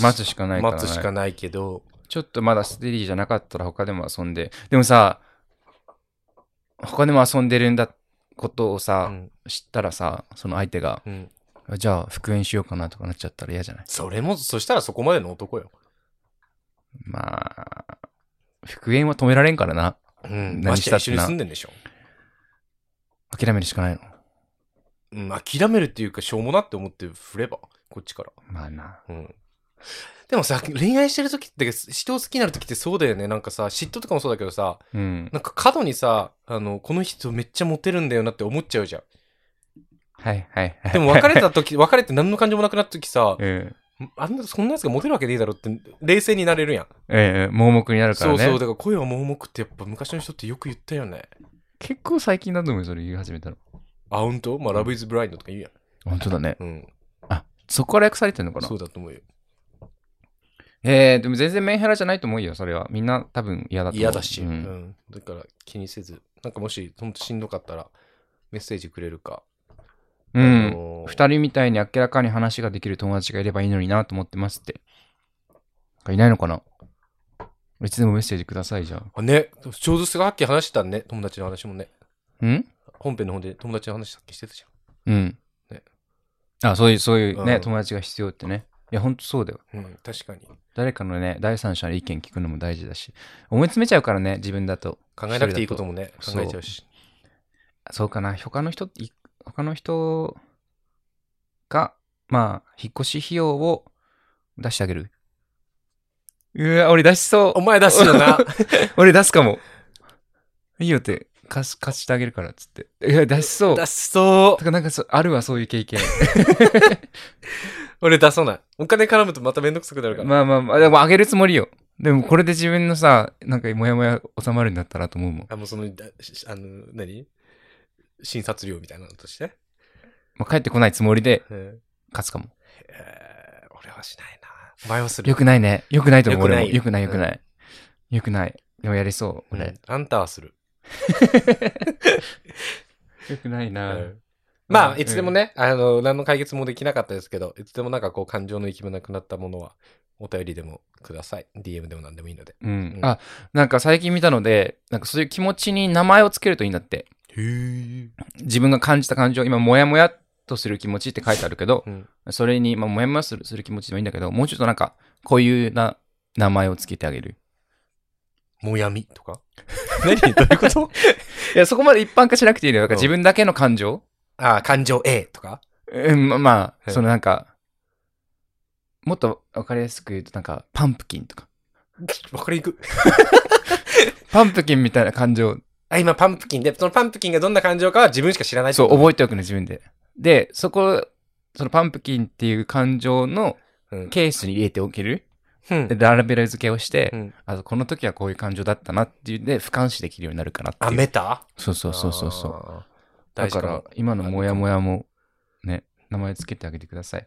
Speaker 2: 待つしかないから、ね。
Speaker 1: 待つしかないけど、
Speaker 2: ちょっとまだステディじゃなかったら他でも遊んで。でもさ、他でも遊んでるんだことを
Speaker 1: う
Speaker 2: さ、
Speaker 1: ん、
Speaker 2: 知ったらさ、その相手が、
Speaker 1: うん。
Speaker 2: あじゃあ復縁しようかなとかなっちゃったら嫌じゃない
Speaker 1: それも、そしたらそこまでの男よ。
Speaker 2: まあ、復縁は止められんからな。
Speaker 1: うん。ま
Speaker 2: 何
Speaker 1: し
Speaker 2: してた
Speaker 1: や
Speaker 2: っ
Speaker 1: 一
Speaker 2: て
Speaker 1: 緒
Speaker 2: な
Speaker 1: に住んでんでしょ。
Speaker 2: 諦めるしかないの。
Speaker 1: うん、諦めるっていうか、しょうもなって思って振れば、こっちから。
Speaker 2: まあな。
Speaker 1: うん。でもさ、恋愛してる時って、人を好きになる時ってそうだよね。なんかさ、嫉妬とかもそうだけどさ、
Speaker 2: うん。
Speaker 1: なんか過度にさ、あの、この人めっちゃモテるんだよなって思っちゃうじゃん。
Speaker 2: [laughs] はいはいはい。
Speaker 1: でも別れた時、別れて何の感情もなくなった時さ、
Speaker 2: うん。
Speaker 1: あんな、そんな奴がモテるわけねえだろって、冷静になれるやん。
Speaker 2: ええ盲目になるから
Speaker 1: そ
Speaker 2: ね。
Speaker 1: うそう、だから恋は盲目ってやっぱ昔の人ってよく言ったよね。
Speaker 2: 結構最近だと思うよ、それ言い始めたの。
Speaker 1: あ、ほんとまあ、ラブイズブラインドとか言うやん。
Speaker 2: 本当だね。
Speaker 1: うん。
Speaker 2: あ、そこから訳されてるのかな
Speaker 1: そうだと思うよ。
Speaker 2: えー、でも全然メンヘラじゃないと思うよ、それは。みんな多分嫌だと思う。
Speaker 1: 嫌だし、
Speaker 2: う
Speaker 1: うん
Speaker 2: ん。
Speaker 1: だから気にせず、なんかもし、ほんとしんどかったら、メッセージくれるか。あ
Speaker 2: うん。
Speaker 1: のー
Speaker 2: 二、人みたいに明らかに話ができる友達がいればいいのになと思ってますって。いないのかないつでもメッセージください、じゃ
Speaker 1: あね、ちょうどさっき話してたね、友達の話もね。
Speaker 2: あ。ん
Speaker 1: 本編の方で友達の話さっきしてたじ
Speaker 2: うん。
Speaker 1: ね
Speaker 2: あ、そういう、そういうね、
Speaker 1: うん
Speaker 2: 友達が必要ってね。いや、ほんとそうだよ。
Speaker 1: ゃん。うん、確かに。
Speaker 2: 誰かのね、第三者の意見聞くのも大事だし。思い詰めちゃうからね、自分だと。
Speaker 1: 考えなくていいこと
Speaker 2: も
Speaker 1: もね、
Speaker 2: 一人だ
Speaker 1: 考
Speaker 2: と
Speaker 1: えちゃうし。
Speaker 2: そうかな、他の人って、い他の人が、まあ、引っ越し費用を出してあげる。うわ、俺出しそ
Speaker 1: お前出すよ
Speaker 2: [laughs]
Speaker 1: な。
Speaker 2: う。俺出すかも。いいよって、貸し、貸してあげるから、つって。いや、出しそう。
Speaker 1: 出
Speaker 2: だ
Speaker 1: しそ
Speaker 2: からなんかそう、あるわ、 [laughs] そういう経験。
Speaker 1: う。俺出さない。お金絡むとまためんどくさくなるから。
Speaker 2: まあまあまあ、でもあげるつもりよ。でもこれで自分のさ、なんかモヤモヤ収まるんだったらと思うもん。
Speaker 1: あ、もうその、だしあの、何診察料みたいなのとして。
Speaker 2: まあ、帰ってこないつもりで
Speaker 1: うん。
Speaker 2: 勝つかも。
Speaker 1: えー俺はしないな。お前はする。
Speaker 2: よくないね。よくないと思う。
Speaker 1: よく
Speaker 2: 俺
Speaker 1: ない
Speaker 2: もよくない、よくない。よくない。でもやりそう、
Speaker 1: う
Speaker 2: 俺。
Speaker 1: んあんたはする。
Speaker 2: よくないな、
Speaker 1: うんま
Speaker 2: う
Speaker 1: あ、
Speaker 2: ん
Speaker 1: いつでもね、あの、何の解決もできなかったですけど、いつでもなんかこう、感情の息もなくなったものは、お便りでもください。DM でも何でもいいので。
Speaker 2: うん
Speaker 1: うん
Speaker 2: あ、なんか最近見たので、なんかそういう気持ちに名前をつけるといいんだって。
Speaker 1: へえ。
Speaker 2: 自分が感じた感情、今、もやもやっとする気持ちって書いてあるけど、
Speaker 1: うん
Speaker 2: それに、まあ、もやもやするする気持ちでもいいんだけど、もうちょっとなんか、こういうな名前をつけてあげる。
Speaker 1: もやみと
Speaker 2: [laughs]
Speaker 1: か何どういうこと
Speaker 2: いや、そこまで一般化しなくていいのよ。なんか
Speaker 1: うん
Speaker 2: 自分だけの感情、
Speaker 1: ああ、感情 A とか
Speaker 2: うん、まま
Speaker 1: は
Speaker 2: あ、
Speaker 1: い
Speaker 2: そのなんか、もっとわかりやすく言うと、なんか、パンプキンとか。
Speaker 1: わかりにくい。
Speaker 2: パンプキンみたいな感情、
Speaker 1: あ、今パンプキンで、そのパンプキンがどんな感情かは自分しか知らないって
Speaker 2: そ
Speaker 1: こと
Speaker 2: う、覚えておくの、自分で。で、そこ、そのパンプキンっていう感情の
Speaker 1: うん
Speaker 2: ケースに入れておける。
Speaker 1: うん
Speaker 2: で、ララベル付けをして、
Speaker 1: うん
Speaker 2: あとこの時はこういう感情だったなっていうんで、俯瞰視できるようになるかなっていう。
Speaker 1: あ、メタ
Speaker 2: そうそうそうそうそう。
Speaker 1: う。
Speaker 2: だ
Speaker 1: だ
Speaker 2: か
Speaker 1: からら、、
Speaker 2: 今のモヤモヤも、ね、名前つけてあげてください。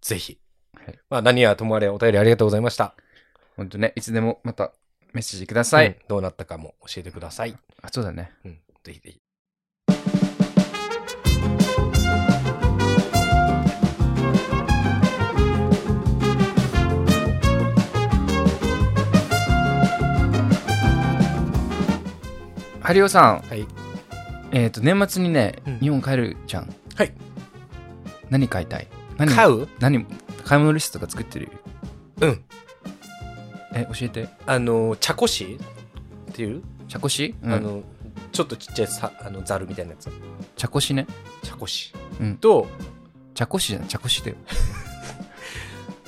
Speaker 1: ぜひ。
Speaker 2: はい
Speaker 1: まあ、何はともあれお便りありがとうございました。
Speaker 2: ほんとね、いつでもまたメッセージください。
Speaker 1: うんどうなったかも教えてください。
Speaker 2: あ、そうだね。
Speaker 1: うん、ぜひぜひ。
Speaker 2: ハリオさん、
Speaker 1: はい。
Speaker 2: えっ、と、年末にね、
Speaker 1: うん
Speaker 2: 日本帰るじゃん。
Speaker 1: はい。
Speaker 2: 何買いたい何
Speaker 1: 買
Speaker 2: う
Speaker 1: う
Speaker 2: 何買い物リストとか作ってる
Speaker 1: うん。
Speaker 2: え、教えて。
Speaker 1: あの、茶こしっていう、
Speaker 2: 茶こし、うん、
Speaker 1: あの、ちょっとちっちゃいさあのザルみたいなやつ。
Speaker 2: 茶こしね。
Speaker 1: 茶こし。
Speaker 2: うん
Speaker 1: と、
Speaker 2: 茶こしじゃん、茶こしだよ。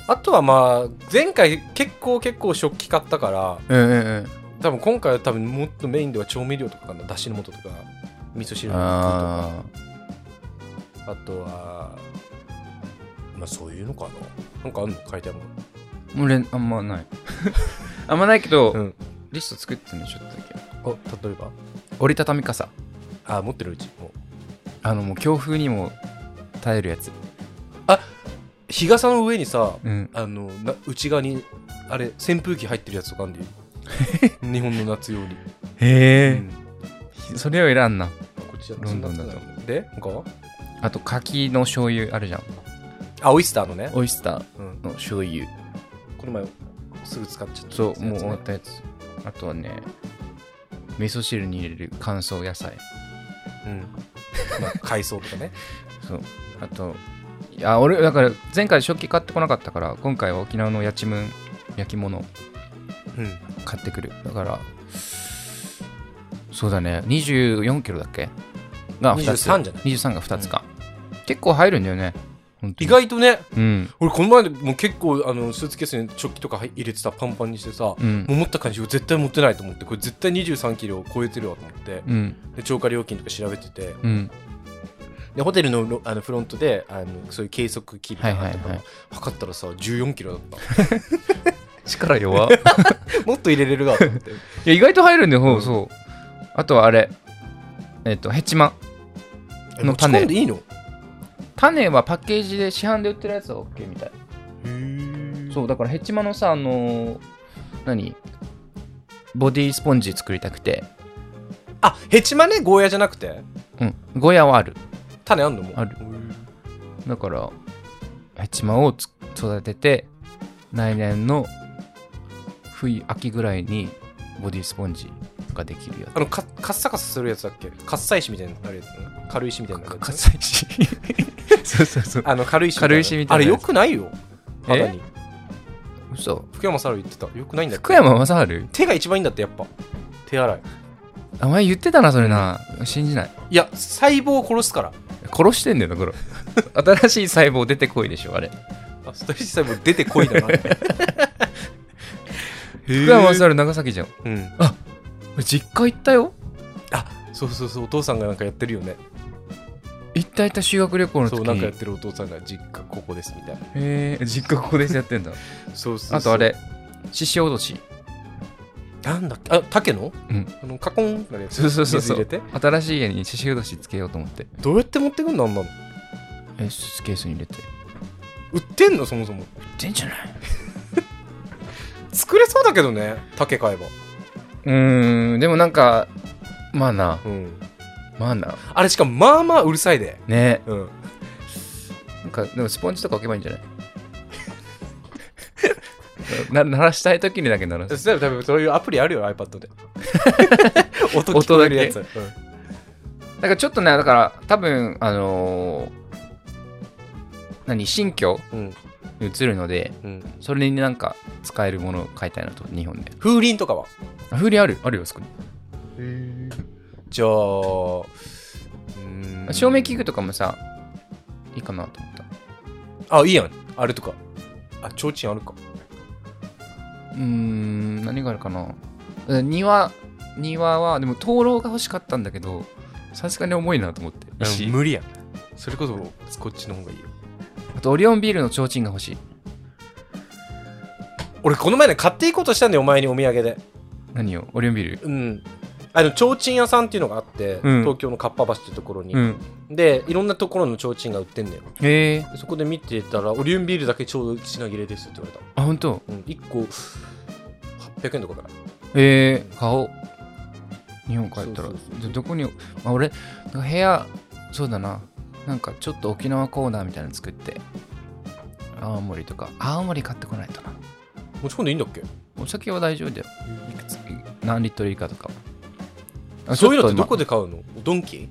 Speaker 1: あとはまあ、前回結構結構食器買ったから、
Speaker 2: うんうんうん。
Speaker 1: 多分今回は多分もっとメインでは調味料とかかな。だしの素とか、味噌汁の素とか。
Speaker 2: あ
Speaker 1: あとは、まあそういうのかな。なんかあんの買いたいもの。
Speaker 2: あ、俺、あんま [laughs] ない。あんまないけど、
Speaker 1: うん
Speaker 2: リスト作ってるのちょっとだけ。
Speaker 1: あ、例えば
Speaker 2: 折りたたみ傘。
Speaker 1: あ、持ってるうち。もう
Speaker 2: あの、もう強風にも耐えるやつ。
Speaker 1: 日傘の上にさ、
Speaker 2: うん。
Speaker 1: あのな内側にあれ扇風機入ってるやつとかあ
Speaker 2: [laughs]
Speaker 1: んで日本の夏用に、う
Speaker 2: へ
Speaker 1: ん、
Speaker 2: え、それを選んな。
Speaker 1: こっちだ
Speaker 2: ロンドンだと
Speaker 1: そんなことないで他は
Speaker 2: あと、柿の醤油あるじゃん。
Speaker 1: あオイスターのね、
Speaker 2: オイスター
Speaker 1: うん、
Speaker 2: の醤油。
Speaker 1: この前すぐ使っちゃった
Speaker 2: そう、
Speaker 1: や
Speaker 2: も
Speaker 1: つね
Speaker 2: う終わったやつ。あとはね、味噌汁に入れる乾燥野菜。
Speaker 1: [laughs] うんまあ、海藻とかね
Speaker 2: そう。あと、いや、俺、だから、前回食器買ってこなかったから、今回は沖縄のやちむん焼き物を
Speaker 1: うん
Speaker 2: 買ってくる。だから、そうだね、24キロだっけが2つ。
Speaker 1: 23じゃない
Speaker 2: ?23 が2つか。結構入るんだよね。本当
Speaker 1: 意
Speaker 2: に
Speaker 1: 外とね
Speaker 2: うん。
Speaker 1: 俺この前でもう結構あのスーツケースに食器とか入れてさパンパンにしてさ、
Speaker 2: うん。
Speaker 1: 思った感じを絶対持ってないと思ってこれ絶対2 3キロを超えてるわと思って
Speaker 2: うん。
Speaker 1: で超過料金とか調べてて
Speaker 2: うん。
Speaker 1: でホテルのロあのフロントであのそういう計測器みたいなのあったから、
Speaker 2: はいはい
Speaker 1: 測ったらさ14キロだった
Speaker 2: 力 [laughs] 弱
Speaker 1: もっと入れれるわと思って
Speaker 2: いや、意外と入るんだよ、
Speaker 1: うん
Speaker 2: そう。あとはあれ、えっ、と、ヘチマ。
Speaker 1: え
Speaker 2: の
Speaker 1: 持ち込んでいいの
Speaker 2: 種はパッケージで市販で売ってるやつは OK みたいそうだからヘチマのさあのー何ボディスポンジ作りたくて
Speaker 1: あヘチマねゴーヤじゃなくて
Speaker 2: うんゴヤはある
Speaker 1: 種あんのもう
Speaker 2: あるだからヘチマをつ育てて来年の冬秋ぐらいにボディスポンジができるや
Speaker 1: あのカッカッサカサするやつだっけカッサ石みたいになるやつね軽石みたいになる
Speaker 2: つ
Speaker 1: やつ
Speaker 2: サイ石 [laughs] そうそうそう
Speaker 1: あの軽石
Speaker 2: 軽石みたいな
Speaker 1: あれ
Speaker 2: やつ
Speaker 1: よくないよ肌に
Speaker 2: 嘘
Speaker 1: 福山さら言ってたよくないんだって
Speaker 2: 福山雅治
Speaker 1: 手が一番いいんだってやっぱ手洗い
Speaker 2: あ前言ってたなそれな、信じない
Speaker 1: いや細胞を殺すから
Speaker 2: 殺してんだよな [laughs] これ新しい細胞出てこいでしょあれ
Speaker 1: あストレス細胞出てこい
Speaker 2: [laughs]
Speaker 1: だな福
Speaker 2: 福山雅治長崎じゃん
Speaker 1: うん
Speaker 2: 俺実家行ったよ
Speaker 1: あそうそうそうお父さんがなんかやってるよね
Speaker 2: 行った行った修学旅行の
Speaker 1: そ
Speaker 2: 時
Speaker 1: う
Speaker 2: に
Speaker 1: なんかやってるお父さんが実家ここですみたいな
Speaker 2: へえ実家ここですやってんだ
Speaker 1: そうそうそう
Speaker 2: [laughs] あとあれ獅子おどし
Speaker 1: なんだっけあ竹の,、
Speaker 2: うん
Speaker 1: あのカコンってなるやつ
Speaker 2: そうそうそう
Speaker 1: 水
Speaker 2: そ
Speaker 1: 入れ
Speaker 2: う
Speaker 1: て
Speaker 2: 新しい家に獅子おどしつけようと思って
Speaker 1: どうやって持ってくんのあんなの
Speaker 2: えスーツケースに入れて
Speaker 1: 売ってんのそもそも
Speaker 2: でんじゃない
Speaker 1: 作れそうだけどね竹買えば
Speaker 2: うーんでもなんかまあな
Speaker 1: うん
Speaker 2: マナー
Speaker 1: あれしかもまあまあうるさいで。
Speaker 2: ね
Speaker 1: うん。
Speaker 2: なんかでもスポンジとか置けばいいんじゃ [laughs] ないな鳴らしたい時にだけ鳴らす
Speaker 1: そういえば多分そういうアプリあるよ、iPad
Speaker 2: [laughs]
Speaker 1: で。音聞
Speaker 2: 音
Speaker 1: こえ
Speaker 2: だ
Speaker 1: る
Speaker 2: け
Speaker 1: やつ。
Speaker 2: だからちょっとねだから多分あのー何新居
Speaker 1: うん。うん
Speaker 2: に移るので
Speaker 1: うん、
Speaker 2: それになんか使えるものを買いたいなと日本で
Speaker 1: 風鈴とかは
Speaker 2: あ風鈴あるあるよそこに
Speaker 1: じゃあうーん
Speaker 2: 照明器具とかもさいいかなと思った
Speaker 1: あいいやんあれとかあ提灯あるか
Speaker 2: うーん何があるかなえ庭庭はでも灯籠が欲しかったんだけどさすがに重いなと思って石
Speaker 1: 無理やんそれこそこっちの方がいいよ
Speaker 2: あとオリオンビールの提灯が欲しい
Speaker 1: 俺この前ね買っていこうとしたんだよお前にお土産で
Speaker 2: 何をオリオンビール
Speaker 1: うんあの提灯屋さんっていうのがあって、
Speaker 2: うん
Speaker 1: 東京のかっぱ橋っていうところに、
Speaker 2: うん
Speaker 1: でいろんなところの提灯が売ってんだよ
Speaker 2: へえ
Speaker 1: でそこで見てたらオリオンビールだけちょうど品切れですって言われた、
Speaker 2: あ本当
Speaker 1: うん、1個800円とかから
Speaker 2: ええ買おう日本帰ったら
Speaker 1: そうそうそう
Speaker 2: じゃあどこに、まあ、俺なんか部屋そうだななんかちょっと沖縄コーナーみたいなの作って青森とか青森買ってこないとな
Speaker 1: 持ち込んでいいんだっけ
Speaker 2: お酒は大丈夫だよいくつ何リットル以下とかあ
Speaker 1: そういうのって
Speaker 2: ち
Speaker 1: ど
Speaker 2: ょと今
Speaker 1: こで買うのドンキ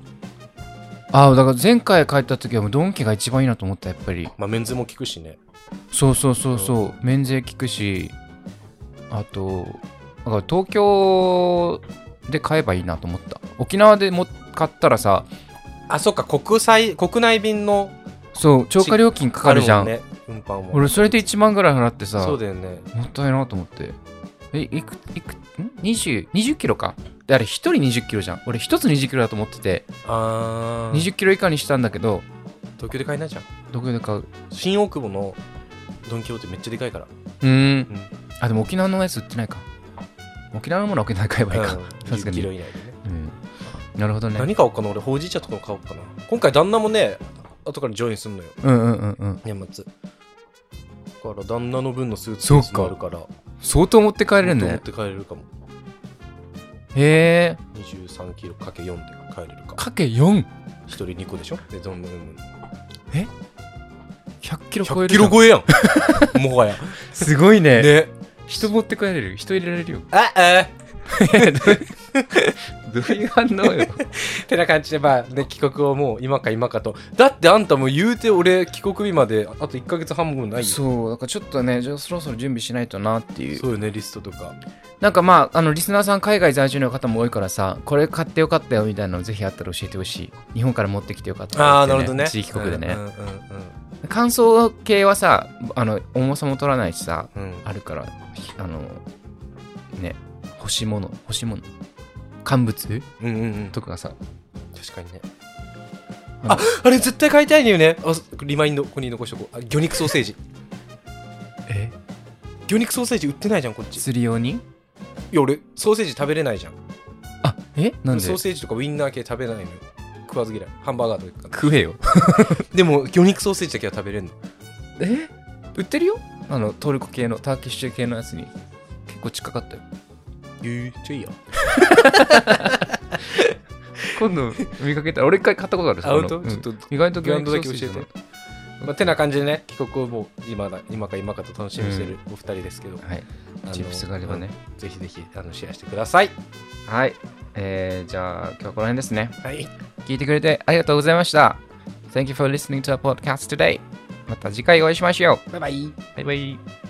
Speaker 2: あだから前回帰った時はもうドンキが一番いいなと思ったやっぱり
Speaker 1: まあメンズも効くしね
Speaker 2: そうそうそうそう、免税効くしあとだから東京で買えばいいなと思った沖縄でも買ったらさ
Speaker 1: あそっか国際国内便の
Speaker 2: そう超過料金かかるじゃん、
Speaker 1: ね、運搬も
Speaker 2: 俺それで1万ぐらい払ってさ
Speaker 1: そうだよね
Speaker 2: もったいなと思ってえいくいくん 20, 20キロかであれ1人20キロじゃん俺1つ20キロだと思ってて、
Speaker 1: あー
Speaker 2: 20キロ以下にしたんだけど
Speaker 1: 東京で買えないじゃん
Speaker 2: どこで買う
Speaker 1: 新大久保のドン・キホーテめっちゃでかいから
Speaker 2: うーん
Speaker 1: うん
Speaker 2: あでも沖縄のやつ売ってないか沖縄のものは沖縄で買えばいいか、
Speaker 1: うん
Speaker 2: さす
Speaker 1: 10
Speaker 2: がに
Speaker 1: キロ以内でね
Speaker 2: うんなるほどね
Speaker 1: 何買おうかな俺ほうじ茶とかも買おうかな今回旦那もね後からジョインすんのよ
Speaker 2: うんうんうんうん
Speaker 1: 年末だから旦那の分のスーツ
Speaker 2: そうか
Speaker 1: もあるから
Speaker 2: 相当持って帰れる
Speaker 1: 持っ
Speaker 2: ね
Speaker 1: て帰れるかも
Speaker 2: へえ
Speaker 1: 2 3キロかけ4で帰れるか
Speaker 2: かけ
Speaker 1: 1
Speaker 2: 4100
Speaker 1: 人2個でしょでどんどんどんどん
Speaker 2: キロ超
Speaker 1: 100
Speaker 2: える
Speaker 1: キロ超えやん [laughs] もはや
Speaker 2: すごいね
Speaker 1: ね
Speaker 2: 人持って帰れる人入れられるよ
Speaker 1: あえ
Speaker 2: どういう反応よ
Speaker 1: てな感じでまあね帰国をもう今か今かとだってあんたもう言うて俺帰国日まであと1か月半もないよそ
Speaker 2: そうだからちょっとねじゃあそろそろ準備しないとなって
Speaker 1: う
Speaker 2: いう
Speaker 1: よねリストとか
Speaker 2: なんかまああのリスナーさん海外在住の方も多いからさこれ買ってよかったよみたいなのぜひあったら教えてほしい日本から持ってきてよかったよ
Speaker 1: ああ
Speaker 2: って
Speaker 1: なるほどね
Speaker 2: 地域国でね、
Speaker 1: うんうん
Speaker 2: 感想系はさあの重さも取らないしさ
Speaker 1: うん、うん
Speaker 2: あるからあのね欲しいもの欲しいもの乾物
Speaker 1: うんうんうん
Speaker 2: とかがさ
Speaker 1: 確かにね
Speaker 2: あの
Speaker 1: ああれ絶対買いたいのよねあそリマインドここに残しとこうあ魚肉ソーセージ
Speaker 2: え
Speaker 1: 魚肉ソーセージ売ってないじゃんこっちい
Speaker 2: 釣り用に
Speaker 1: や俺ソーセージ食べれないじゃん
Speaker 2: あえなんで
Speaker 1: ソーセージとかウインナー系食べないのよ食わず嫌いハンバーガーとか食うか
Speaker 2: 食えよ
Speaker 1: ら [laughs] でも魚肉ソーセージだけは食べれるの
Speaker 2: え売ってるよあのトルコ系のターキッシュ系のやつに結構近かったよ
Speaker 1: えー、ちょいいよ
Speaker 2: 今度見かけたら俺一回買ったことある
Speaker 1: あ本当
Speaker 2: そこの
Speaker 1: ちょっと
Speaker 2: 意外と
Speaker 1: ブランドだけ教え
Speaker 2: ソー
Speaker 1: て
Speaker 2: セージだ、
Speaker 1: まあ、てな感じでね帰国をもう今だ今か今かと楽しみにしてるお二人ですけど、
Speaker 2: はい
Speaker 1: あの
Speaker 2: チップスがあればね、
Speaker 1: うんぜひぜひあのシェアしてください
Speaker 2: はいえー、じゃあ今日はこの辺ですね
Speaker 1: はい
Speaker 2: 聞いてくれてありがとうございました。Thank you for listening to our podcast today. また次回お会いしましょう。
Speaker 1: バイバイ
Speaker 2: バイバイ。